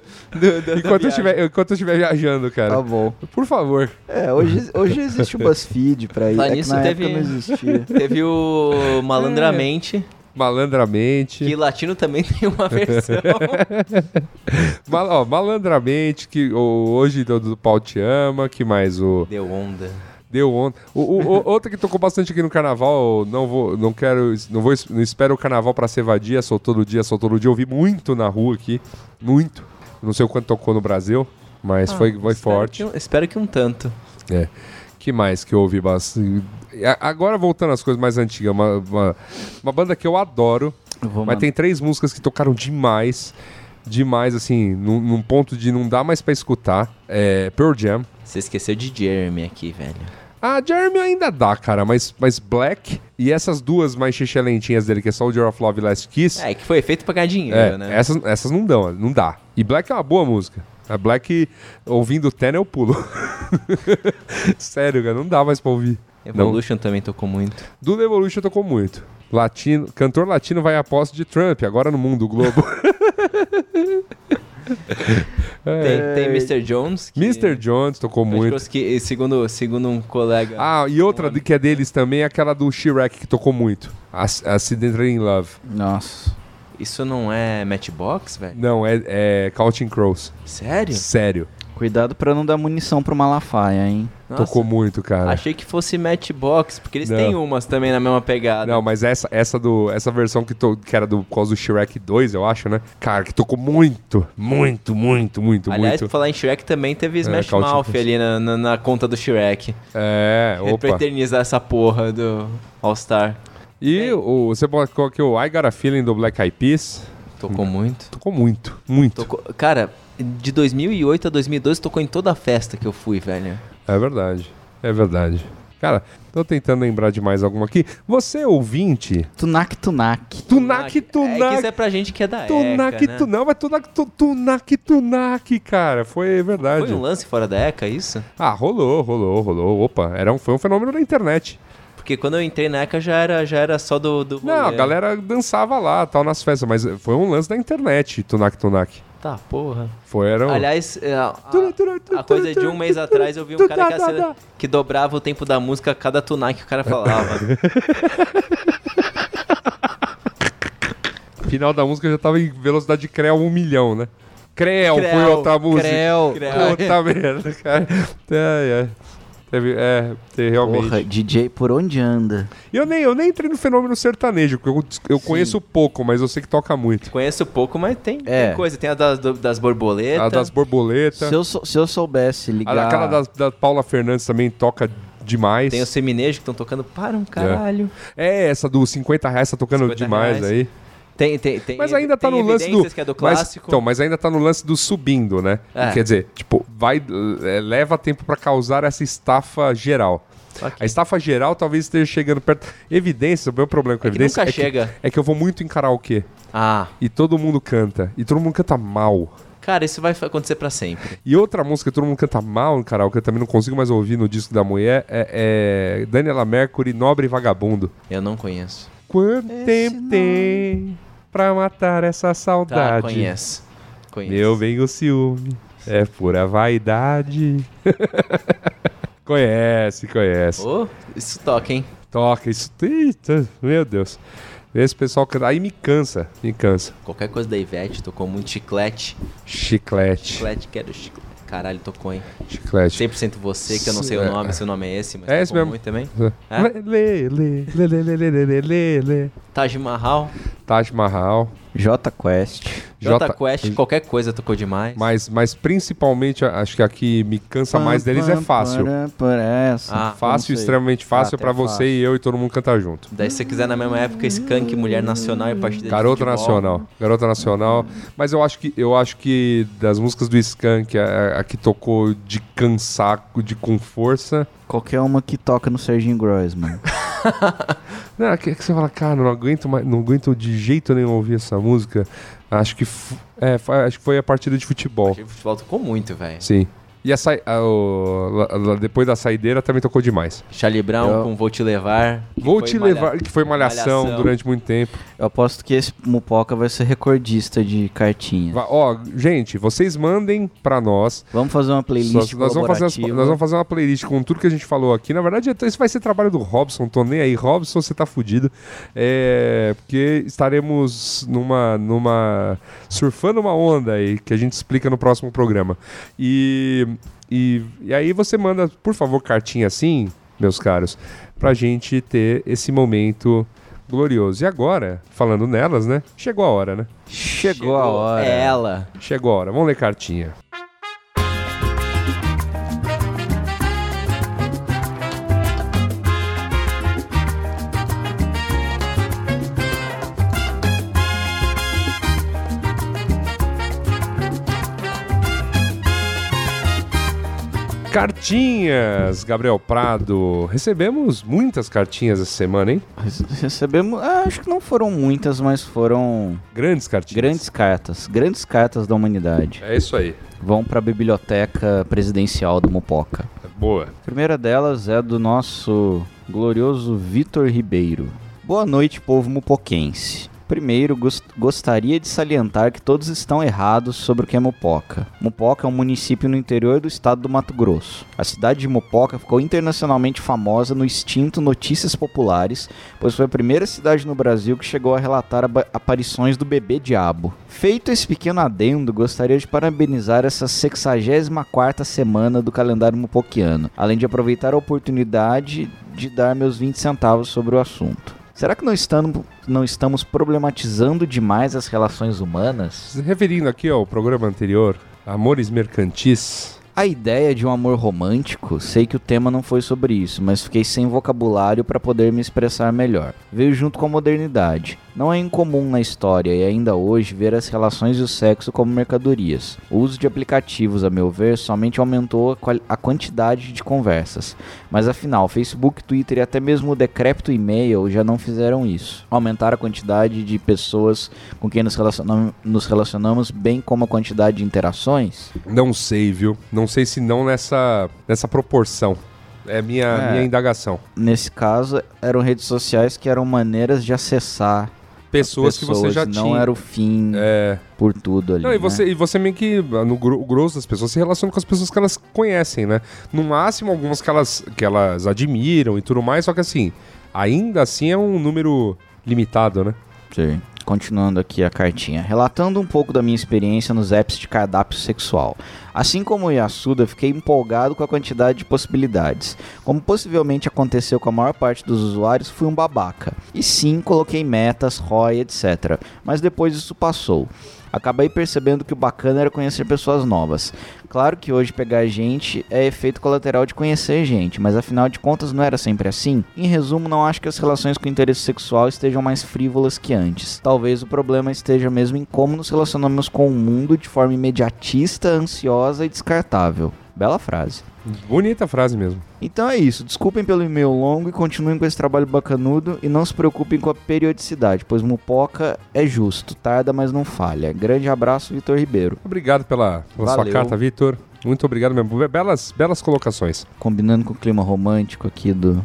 B: Enquanto eu, estiver, enquanto eu estiver viajando,
C: tá
B: cara.
C: bom.
B: Por favor.
C: É, hoje, hoje existe o BuzzFeed pra ir.
D: Lá
C: É que
D: nisso
C: na
D: teve-
C: época não existia.
D: Teve
B: É.
D: o Malandramente,
B: Malandramente.
D: que latino também tem uma versão.
B: Mal- ó, malandramente, que o- hoje do, do pau te ama, que mais o.
D: Deu onda.
B: Deu ontem. O, o- o- outra que tocou bastante aqui no carnaval, não vou, não quero, não vou, não espero o carnaval pra ser vadia, sou todo dia, sou todo dia. Eu vi muito na rua aqui, muito. Não sei o quanto tocou no Brasil, mas
D: Ah,
B: foi, foi
D: Espero
B: forte.
D: que um- espero que um tanto.
B: É. que mais que eu ouvi bastante? A- Agora voltando às coisas mais antigas, uma, uma, uma banda que eu adoro,
E: Eu vou
B: mas
E: mandar-
B: tem três músicas que tocaram demais, demais, assim, num, num ponto de não dá mais pra escutar. É Pearl Jam.
D: Você esqueceu de Jeremy aqui, velho.
B: Ah, Jeremy ainda dá, cara, mas, mas Black e essas duas mais xixelentinhas dele, que é Soldier of Love e Last Kiss,
D: É, que foi feito pra ganhar dinheiro,
B: é,
D: né?
B: essas, essas não dão, não dá. E Black é uma boa música. A Black, ouvindo o Ten, eu pulo. Sério, cara, não dá mais pra ouvir. Não.
D: Evolution também tocou muito.
B: Do The Evolution tocou muito. Latino, cantor latino vai à posse de Trump, agora no mundo globo.
D: Tem, tem Mr. É. Jones. que-
B: Mr. É. Jones tocou
D: Acho
B: muito.
D: Que, segundo, segundo um colega.
B: Ah, e outra de- que é deles também é aquela do Shrek que tocou muito. Ac- Accidentally in Love.
E: Nossa.
D: Isso não é Matchbox, velho?
B: Não, é, é Counting Crows.
D: Sério?
B: Sério.
E: Cuidado pra não dar munição pro Malafaia, hein?
D: Nossa,
B: Tocou muito, cara.
D: Achei que fosse Matchbox, porque eles
B: Não.
D: têm umas também na mesma pegada.
B: Não, mas essa, essa, do, essa versão que, to- que era do, por causa do Shrek 2, eu acho, né? Cara, que tocou muito, muito, muito, muito,
D: Aliás, pra
B: muito.
D: falar em Shrek também teve Smash
B: Counting
D: Mouth
B: Crows.
D: ali na, na- na conta do Shrek.
B: É,
D: Pra
B: opa.
D: eternizar essa porra do All-Star.
B: E o, você colocou aqui o I Got a Feeling do Black Eyed Peas.
D: Tocou muito.
B: Tocou muito, muito.
D: Tocou... Cara, de 2008 a 2012 tocou em toda a festa que eu fui, velho.
B: É verdade, é verdade. Cara, tô tentando lembrar de mais alguma aqui. Você, ouvinte,
E: Tunak Tunak.
B: Tunak
D: É que
B: Tunak
D: isso é pra gente que é da
B: Tunak,
D: ECA, né?
B: tu, não, mas Tunak, tu, Tunak, Tunak, cara, foi verdade.
D: Foi um lance fora da ECA, isso?
B: Ah, rolou, rolou, rolou. Opa, era um, foi um fenômeno da internet.
D: Porque quando eu entrei na ECA já era, já era só do, do
B: Não, a
D: rolê.
B: galera dançava lá, tal, nas festas, mas foi um lance da internet, Tunak Tunak.
D: Tá, porra.
B: Foi, era um...
D: Aliás, é, a,
B: Tura, tura,
D: a, a coisa de um mês atrás eu vi um cara que, acena- que dobrava o tempo da música a cada tunac que o cara falava.
B: Final da música já tava em velocidade de Creu um milhão, né? Creu, foi
D: Creu,
B: outra música.
C: Creu.
D: Creu.
B: Puta merda, cara. É, é. Teve, é, teve realmente.
E: Porra, DJ por onde anda?
B: E Eu nem, eu nem entrei no fenômeno sertanejo, porque eu, eu conheço pouco, mas eu sei que toca muito.
D: Ah, Conheço pouco, mas tem, tem
E: É.
D: coisa. Tem a das, do- das borboletas.
B: A das borboletas.
E: Se eu, sou- se eu soubesse
B: A-
E: ligar...
B: Aquela da, da Paula Fernandes também toca demais.
D: Tem os seminejos que estão tocando para um caralho.
B: É, essa do 50 reais tá tocando
D: 50
B: demais
D: reais.
B: aí.
D: Tem, tem, tem.
B: Mas ainda tá
D: tem
B: no lance do.
D: evidências que é do
B: mas-
D: clássico.
B: então, mas ainda tá no lance do subindo, né?
D: É.
B: Quer dizer, tipo, vai, é, leva tempo pra causar essa estafa geral.
D: Só que-
B: A estafa geral talvez esteja chegando perto. Evidência, o meu problema com
D: É que
B: evidência
D: nunca
B: é,
D: chega.
B: Que, é que eu vou muito em karaokê.
D: Ah,
B: E todo mundo canta. E todo mundo canta mal.
D: cara, isso vai acontecer pra sempre.
B: E outra música que todo mundo canta mal no karaokê, eu também não consigo mais ouvir no disco da mulher, é, é Daniela Mercury, Nobre Vagabundo.
D: Eu não conheço.
B: Quanto tempo tem pra matar essa
D: Tá,
B: saudade?
D: conheço. Conheço.
B: Meu vem o ciúme, é pura vaidade. conhece, conhece.
D: Ô, isso toca, hein?
B: Toca isso. Eita, meu Deus. Esse pessoal canta. Aí me cansa, me cansa.
D: Qualquer coisa da Ivete, tocou muito chiclete.
B: Chiclete.
D: Chiclete, quero chiclete. Caralho, tocou, hein?
B: Chiclete.
D: 100% você, que eu não sei
B: É.
D: o nome, se o nome é esse, mas
B: É esse
D: tocou
B: mesmo.
D: muito também.
B: É. Lê, lê, lê, lê, lê, lê, lê, lê, lê.
D: Taj Mahal,
B: Taj Mahal.
C: J Quest.
D: Jota Quest, qualquer coisa tocou demais.
B: Mas, mas principalmente, a- acho que a que me cansa mais deles é fácil.
C: Por é essa.
D: Ah,
B: Fácil,
C: né? não sei.
B: extremamente fácil,
C: Ah,
B: é pra
C: até
B: você e eu e todo mundo cantar junto.
D: Daí, se você quiser, na mesma época, Skank, Mulher Nacional e Partida de
B: Garota
D: Futebol.
B: Nacional. Garota Nacional. Mas eu acho que eu acho que das músicas do Skank, a, a que tocou de cansar, de com força.
C: Qualquer uma que toca no Serginho Gross, mano.
B: Não, né, que, que você fala, cara, não aguento mais, não aguento de jeito nenhum ouvir essa música. Acho que f- é, fa- acho que foi a partida de futebol.
D: Partida de Futebol tocou muito, velho.
B: Sim. E a, sai- a- o- la- la- depois da saideira também tocou demais.
D: Charlie Brown
C: Eu-
D: com Vou Te Levar. que
B: Vou
D: foi
B: te
D: malha-
B: levar, que foi malhação,
D: Malhação.
B: durante muito tempo.
C: Eu aposto que esse Mupoca vai ser recordista de cartinha.
B: Va- Ó, gente, vocês mandem pra nós.
C: Vamos fazer uma playlist
B: Nós, nós vamos fazer as-
C: colaborativa.
B: nós vamos fazer uma playlist com tudo que a gente falou aqui. Na verdade, até isso vai ser trabalho do Robson. Tô nem aí. Robson, você tá fudido. É, porque estaremos numa, numa. surfando uma onda aí que a gente explica no próximo programa. E, e, e aí você manda, por favor, cartinha assim, meus caros, pra gente ter esse momento glorioso. E agora, falando nelas, né? Chegou a hora, né?
C: Chegou a hora.
D: É ela.
B: Chegou a hora. Vamos ler cartinha. Cartinhas, Gabriel Prado. Recebemos muitas cartinhas essa semana, hein?
C: Rece- Recebemos, ah, acho que não foram muitas, mas foram
B: Grandes cartinhas.
C: grandes cartas, grandes cartas da humanidade.
B: É isso aí.
C: Vão para a biblioteca presidencial do Mupoca.
B: Boa.
C: A primeira delas é do nosso glorioso Vitor Ribeiro. Boa noite, povo mupoquense. Primeiro, gos- gostaria de salientar que todos estão errados sobre o que é Mupoca. Mupoca é um município no interior do estado do Mato Grosso. A cidade de Mupoca ficou internacionalmente famosa no extinto Notícias Populares, pois foi a primeira cidade no Brasil que chegou a relatar aba- aparições do bebê diabo. Feito esse pequeno adendo, gostaria de parabenizar essa 64ª semana do calendário mupoquiano, além de aproveitar a oportunidade de dar meus 20 centavos sobre o assunto. Será que não estamos, não estamos problematizando demais as relações humanas?
B: Referindo aqui ao programa anterior, Amores Mercantis.
C: A ideia de um amor romântico, sei que o tema não foi sobre isso, mas fiquei sem vocabulário para poder me expressar melhor. Veio junto com a modernidade. Não é incomum na história e ainda hoje ver as relações e o sexo como mercadorias. O uso de aplicativos, a meu ver, somente aumentou a, quali- a quantidade de conversas. Mas afinal, Facebook, Twitter e até mesmo o decrépito e-mail já não fizeram isso. Aumentaram a quantidade de pessoas com quem nos relaciona- nos relacionamos, bem como a quantidade de interações.
B: Não sei, viu? Não sei se não nessa, nessa proporção. É minha,
C: É.
B: minha indagação.
C: nesse caso, eram redes sociais que eram maneiras de acessar
B: Pessoas,
C: pessoas,
B: que você já
C: não
B: tinha.
C: era o fim
B: É.
C: por tudo ali.
B: Não, e
C: né?
B: você, e você meio que, no gro- o grosso das pessoas, se relaciona com as pessoas que elas conhecem, né? No máximo, algumas que elas, que elas admiram e tudo mais, só que assim, ainda assim é um número limitado, né?
C: Sim. Continuando aqui a cartinha. Relatando um pouco da minha experiência nos apps de cardápio sexual. Assim como o Yasuda, fiquei empolgado com a quantidade de possibilidades. Como possivelmente aconteceu com a maior parte dos usuários, fui um babaca. E sim, coloquei metas, ROI, etc. Mas depois isso passou. Acabei percebendo que o bacana era conhecer pessoas novas. Claro que hoje pegar gente é efeito colateral de conhecer gente, mas afinal de contas não era sempre assim? Em resumo, não acho que as relações com interesse sexual estejam mais frívolas que antes. Talvez o problema esteja mesmo em como nos relacionamos com o mundo de forma imediatista, ansiosa e descartável. Bela frase.
B: Bonita frase mesmo.
C: Então é isso, desculpem pelo e-mail longo e continuem com esse trabalho bacanudo e não se preocupem com a periodicidade, pois Mupoca é justo, tarda mas não falha. Grande abraço, Vitor Ribeiro.
B: Obrigado pela, pela sua
D: Valeu.
B: carta, Vitor. Muito obrigado mesmo. Be- Belas, belas colocações.
C: Combinando com o clima romântico aqui do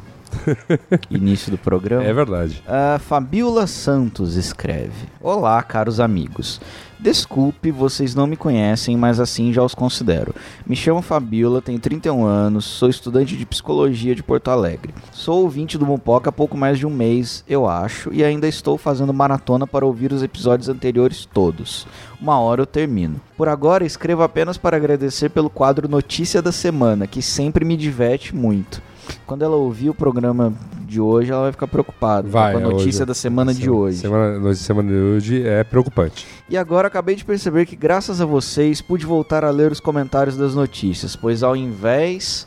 C: Início do programa.
B: É verdade.
C: A Fabiola Santos escreve: Olá, caros amigos. Desculpe, vocês não me conhecem, mas assim já os considero. Me chamo Fabiola, tenho 31 anos, sou estudante de psicologia de Porto Alegre. Sou ouvinte do Mupoca há pouco mais de um mês, eu acho, e ainda estou fazendo maratona para ouvir os episódios anteriores todos. Uma hora eu termino. Por agora, escrevo apenas para agradecer pelo quadro Notícia da Semana, que sempre me diverte muito. Quando ela ouvir o programa de hoje, ela vai ficar preocupada
B: Vai,
C: com a
B: é
C: notícia
B: hoje.
C: da semana de hoje.
B: Semana, nossa semana de hoje é preocupante.
C: E agora acabei de perceber que, graças a vocês, pude voltar a ler os comentários das notícias, pois ao invés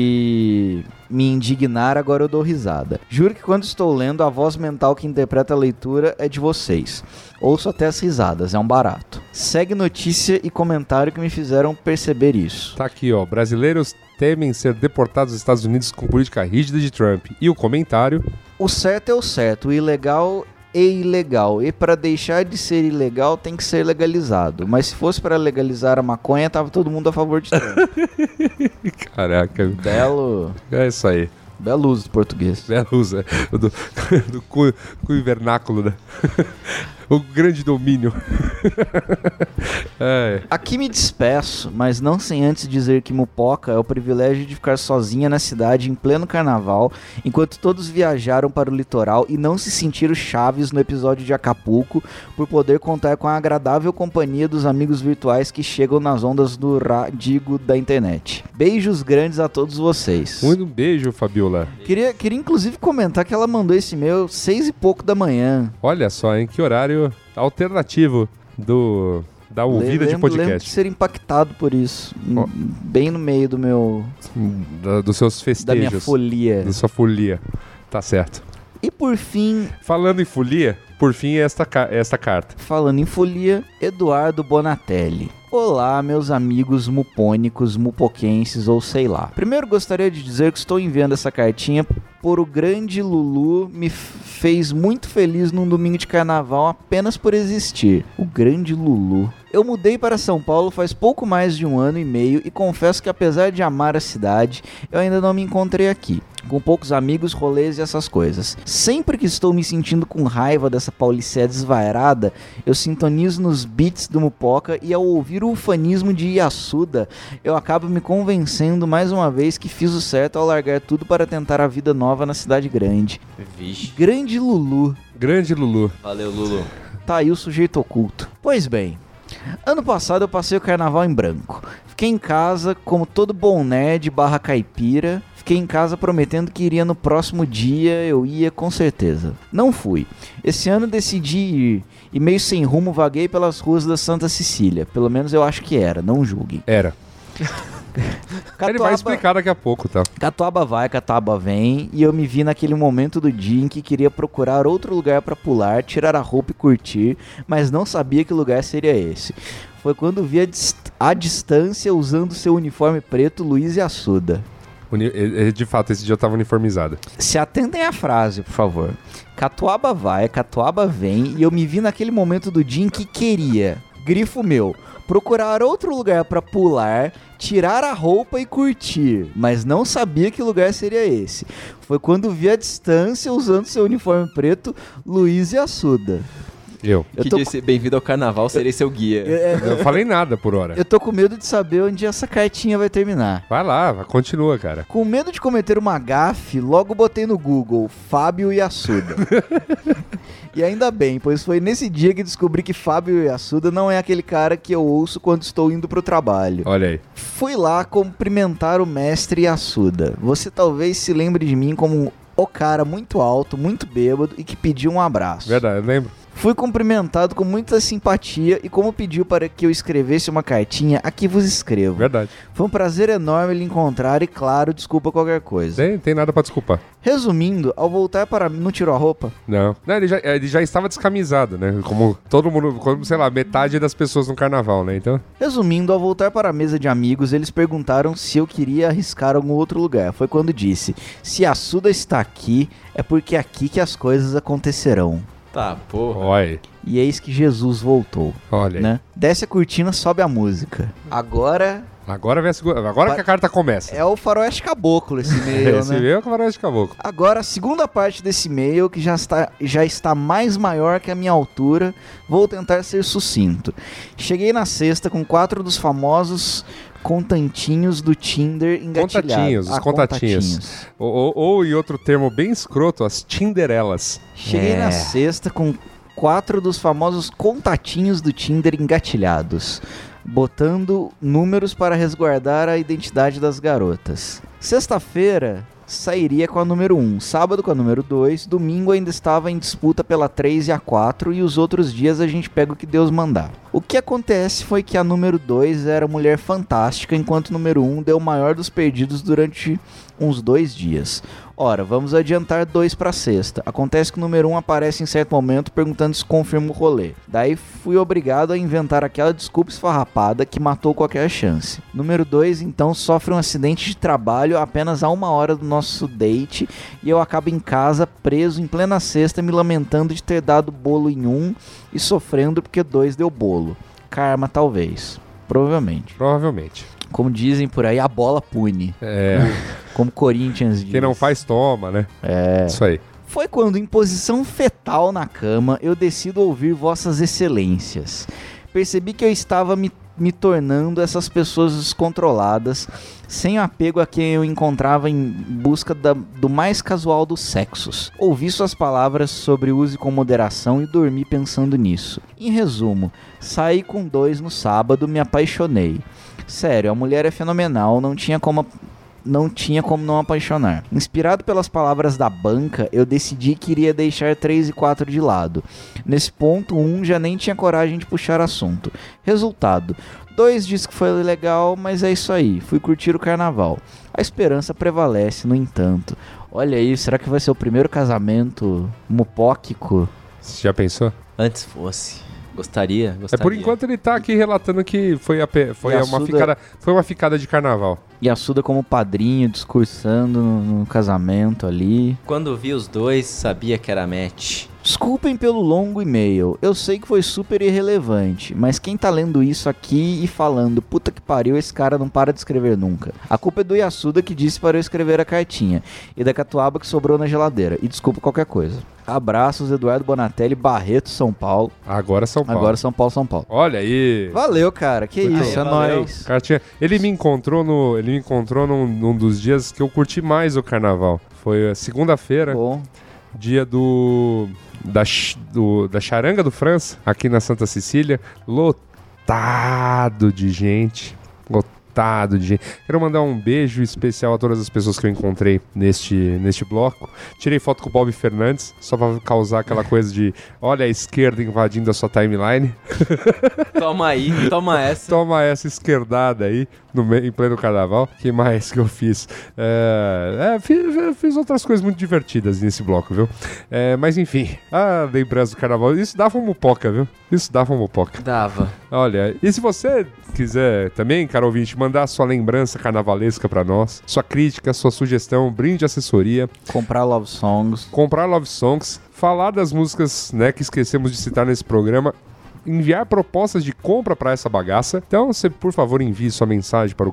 C: de me indignar, agora eu dou risada. Juro que quando estou lendo, a voz mental que interpreta a leitura é de vocês. Ouço até as risadas, é um barato. Segue notícia e comentário que me fizeram perceber isso.
B: Tá aqui, ó. Brasileiros temem ser deportados aos Estados Unidos com política rígida de Trump. E o comentário.
C: O certo é o certo, o ilegal é ilegal. E para deixar de ser ilegal tem que ser legalizado. Mas se fosse para legalizar a maconha, tava todo mundo a favor de Trump.
B: Caraca,
C: Belo,
B: é isso aí.
C: belo uso do português.
B: Bela usa. é, Do, do cu, cu vernáculo, né? O grande domínio. É,
C: Aqui me despeço, mas não sem antes dizer que Mupoca é o privilégio de ficar sozinha na cidade em pleno carnaval, enquanto todos viajaram para o litoral e não se sentiram chaves no episódio de Acapulco, por poder contar com a agradável companhia dos amigos virtuais que chegam nas ondas do radigo da internet. Beijos grandes a todos vocês.
B: muito um beijo, Fabiola.
C: Queria, queria inclusive comentar que ela mandou esse e-mail seis e pouco da manhã.
B: Olha só, hein? Que horário alternativo do da ouvida
C: lembro,
B: de
C: lembro de
B: podcast.
C: ser impactado por isso.
B: Ó.
C: Bem no meio do meu.
B: Da- dos seus
C: da minha
B: festejos.
C: folia.
B: da sua folia. Tá certo.
C: E por fim,
B: Falando em folia, por fim, esta, ca- esta carta.
C: falando em folia, Eduardo Bonatelli. Olá, meus amigos mupônicos, mupoquenses ou sei lá. Primeiro gostaria de dizer que estou enviando essa cartinha por o grande Lulu me f- fez muito feliz num domingo de carnaval apenas por existir. O grande Lulu. Eu mudei para São Paulo faz pouco mais de um ano e meio e confesso que apesar de amar a cidade, eu ainda não me encontrei aqui. Com poucos amigos, rolês e essas coisas. Sempre que estou me sentindo com raiva dessa paulicé desvairada, eu sintonizo nos beats do Mupoca e ao ouvir o ufanismo de Yasuda, eu acabo me convencendo mais uma vez que fiz o certo ao largar tudo para tentar a vida nova na cidade grande.
D: Vixe.
C: Grande Lulu,
B: Grande Lulu.
D: Valeu, Lulu.
C: tá aí o sujeito oculto. Pois bem, ano passado eu passei o carnaval em branco. Fiquei em casa como todo bom nerd barra caipira. Fiquei em casa prometendo que iria no próximo dia, eu ia com certeza. Não fui. Esse ano decidi ir e meio sem rumo vaguei pelas ruas da Santa Cecília. Pelo menos eu acho que era, não julguem.
B: Era. Ele vai
C: Catuaba-
B: explicar daqui a pouco, tá?
C: Catuaba vai, Catuaba vem, e eu me vi naquele momento do dia em que queria procurar outro lugar pra pular, tirar a roupa e curtir, mas não sabia que lugar seria esse. Foi quando vi a, dis- à distância, usando seu uniforme preto, Luiz e Assuda.
B: Uni- eh, eh, De fato, esse dia eu tava uniformizado.
C: Se atentem à frase, por favor. Catuaba vai, Catuaba vem, e eu me vi naquele momento do dia em que queria, grifo meu, procurar outro lugar pra pular, tirar a roupa e curtir, mas não sabia que lugar seria esse. Foi quando vi a distância, usando seu uniforme preto, Luiz e Assuda.
B: Eu.
C: Eu
D: que
C: tô
D: disse, bem-vindo ao carnaval, serei seu guia.
C: É,
B: Eu falei nada por hora.
C: eu tô com medo de saber onde essa cartinha vai terminar.
B: Vai lá, vai, continua, cara.
C: Com medo de cometer uma gafe, logo botei no Google Fábio Yassuda. e ainda bem, pois foi nesse dia que descobri que Fábio Yassuda não é aquele cara que eu ouço quando estou indo pro trabalho.
B: Olha aí.
C: Fui lá cumprimentar o mestre Yassuda. Você talvez se lembre de mim como o cara muito alto, muito bêbado e que pediu um abraço.
B: Verdade, eu lembro.
C: Fui cumprimentado com muita simpatia e como pediu para que eu escrevesse uma cartinha, aqui vos escrevo.
B: Verdade.
C: Foi um prazer enorme lhe encontrar e, claro, desculpa qualquer coisa.
B: Tem, tem nada pra desculpar.
C: Resumindo, ao voltar para. Não tirou a roupa?
B: Não. Não, ele já, ele já estava descamisado, né? Como todo mundo, como, sei lá, metade das pessoas no carnaval, né? Então,
C: Resumindo, ao voltar para a mesa de amigos, eles perguntaram se eu queria arriscar algum outro lugar. Foi quando disse: se a Suda está aqui, é porque é aqui que as coisas acontecerão.
D: Tá, porra.
B: olha aí.
C: E eis que Jesus voltou,
B: Olha aí.
C: né? Desce a cortina, sobe a música. Agora
B: Agora vem a segunda. Agora
C: Pa-
B: que a carta começa.
C: É o faroeste caboclo esse e-mail,
B: Esse
C: né?
B: veio com o Varoeste Caboclo.
C: Agora, a segunda parte desse e-mail, que já está, já está mais maior que a minha altura, vou tentar ser sucinto. Cheguei na sexta com quatro dos famosos contantinhos do Tinder engatilhados. Ah,
B: Contatinhos, os contatinhos. Ou, ou- ou, em outro termo bem escroto, as Tinderelas.
C: Cheguei
D: É.
C: na sexta com quatro dos famosos contatinhos do Tinder engatilhados, botando números para resguardar a identidade das garotas. Sexta-feira sairia com a número 1, sábado com a número 2, domingo ainda estava em disputa pela 3 e a 4 e os outros dias a gente pega o que Deus mandar. O que acontece foi que a número 2 era mulher fantástica, enquanto o número 1 deu o maior dos perdidos durante uns dois dias. Ora, vamos adiantar dois pra sexta. Acontece que o número um aparece em certo momento perguntando se confirma o rolê. Daí fui obrigado a inventar aquela desculpa esfarrapada que matou qualquer chance. Número dois, então, sofre um acidente de trabalho apenas a uma hora do nosso date e eu acabo em casa preso em plena sexta me lamentando de ter dado bolo em um e sofrendo porque dois deu bolo. Karma, talvez. Provavelmente.
B: Provavelmente.
C: Como dizem por aí, a bola pune.
B: É,
C: Como Corinthians diz.
B: quem não faz, toma, né? É. Isso aí.
C: Foi quando, em posição fetal na cama, eu decido ouvir Vossas Excelências. Percebi que eu estava me, me tornando essas pessoas descontroladas, sem apego a quem eu encontrava em busca da- do mais casual dos sexos. Ouvi suas palavras sobre use com moderação e dormi pensando nisso. Em resumo, saí com dois no sábado, me apaixonei. Sério, a mulher é fenomenal, não tinha como não tinha como não apaixonar. Inspirado pelas palavras da banca, eu decidi que iria deixar 3 e 4 de lado. Nesse ponto, um já nem tinha coragem de puxar assunto. Resultado: dois diz que foi legal, mas é isso aí, fui curtir o carnaval. A esperança prevalece, no entanto. Olha aí, será que vai ser o primeiro casamento mupóquico?
B: Você já pensou?
D: Antes fosse. Gostaria,
B: É
D: gostaria.
B: por enquanto ele tá aqui relatando que foi, a pe- foi
C: E a
B: uma
C: Suda-
B: ficada, foi uma ficada de carnaval.
C: E a Suda como padrinho, discursando no- no casamento ali.
D: Quando vi os dois, sabia que era match.
C: Desculpem pelo longo e-mail. Eu sei que foi super irrelevante, mas quem tá lendo isso aqui e falando, puta que pariu, esse cara não para de escrever nunca. A culpa é do Yasuda que disse para eu escrever a cartinha e da catuaba que sobrou na geladeira. E desculpa qualquer coisa. Abraços, Eduardo Bonatelli, Barreto, São Paulo.
B: Agora São Paulo.
C: Agora São Paulo, São Paulo.
B: Olha aí.
C: Valeu, cara. Que
D: Muito
C: isso, é
D: bem. Valeu.
C: nóis.
B: Cartinha. Ele me encontrou no, ele me encontrou num, num dos dias que eu curti mais o carnaval. Foi a segunda-feira,
C: Bom,
B: dia do da, ch- do- da charanga do França, aqui na Santa Cecília, lotado de gente, lotado de gente. Quero mandar um beijo especial a todas as pessoas que eu encontrei neste, neste bloco. Tirei foto com o Bob Fernandes, só pra causar aquela coisa de olha a esquerda invadindo a sua timeline.
D: Toma aí, toma essa.
B: Toma essa esquerdada aí no meio, em pleno carnaval. que mais que eu fiz? É, é, fi- fi- fiz, outras coisas muito divertidas nesse bloco, viu? É, mas enfim, a lembrança do carnaval. Isso dava uma mupoca, viu? Isso dava uma mupoca.
D: Dava.
B: Olha, e se você quiser também, caro ouvinte, mandar sua lembrança carnavalesca pra nós, sua crítica, sua sugestão, brinde assessoria,
C: comprar Love Songs.
B: comprar Love Songs, falar das músicas né, que esquecemos de citar nesse programa, enviar propostas de compra para essa bagaça. Então, você, por favor, envie sua mensagem para o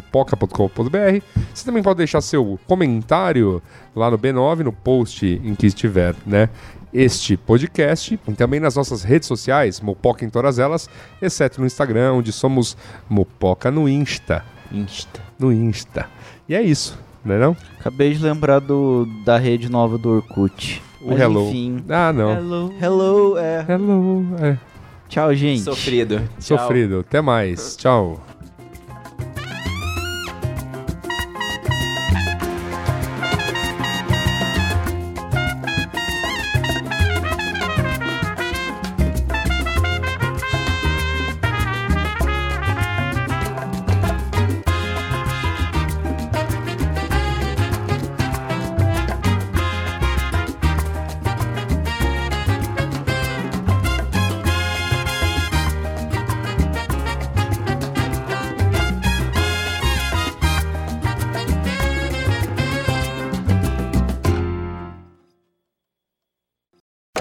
B: cartinha.mupoca.com.br. Você também pode deixar seu comentário lá no B9, no post em que estiver, né? Este podcast e também nas nossas redes sociais, Mupoca em todas elas, exceto no Instagram, onde somos Mupoca no Insta.
D: Insta.
B: No Insta. E é isso, não é não?
C: Acabei de lembrar do, da rede nova do Orkut.
B: O
C: Mas,
B: Hello.
C: Enfim.
B: Ah, não.
D: Hello.
C: Hello, é.
B: Hello. É.
C: Tchau, gente.
D: Sofrido. Tchau.
B: Sofrido. Até mais. Tchau.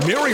G: Mary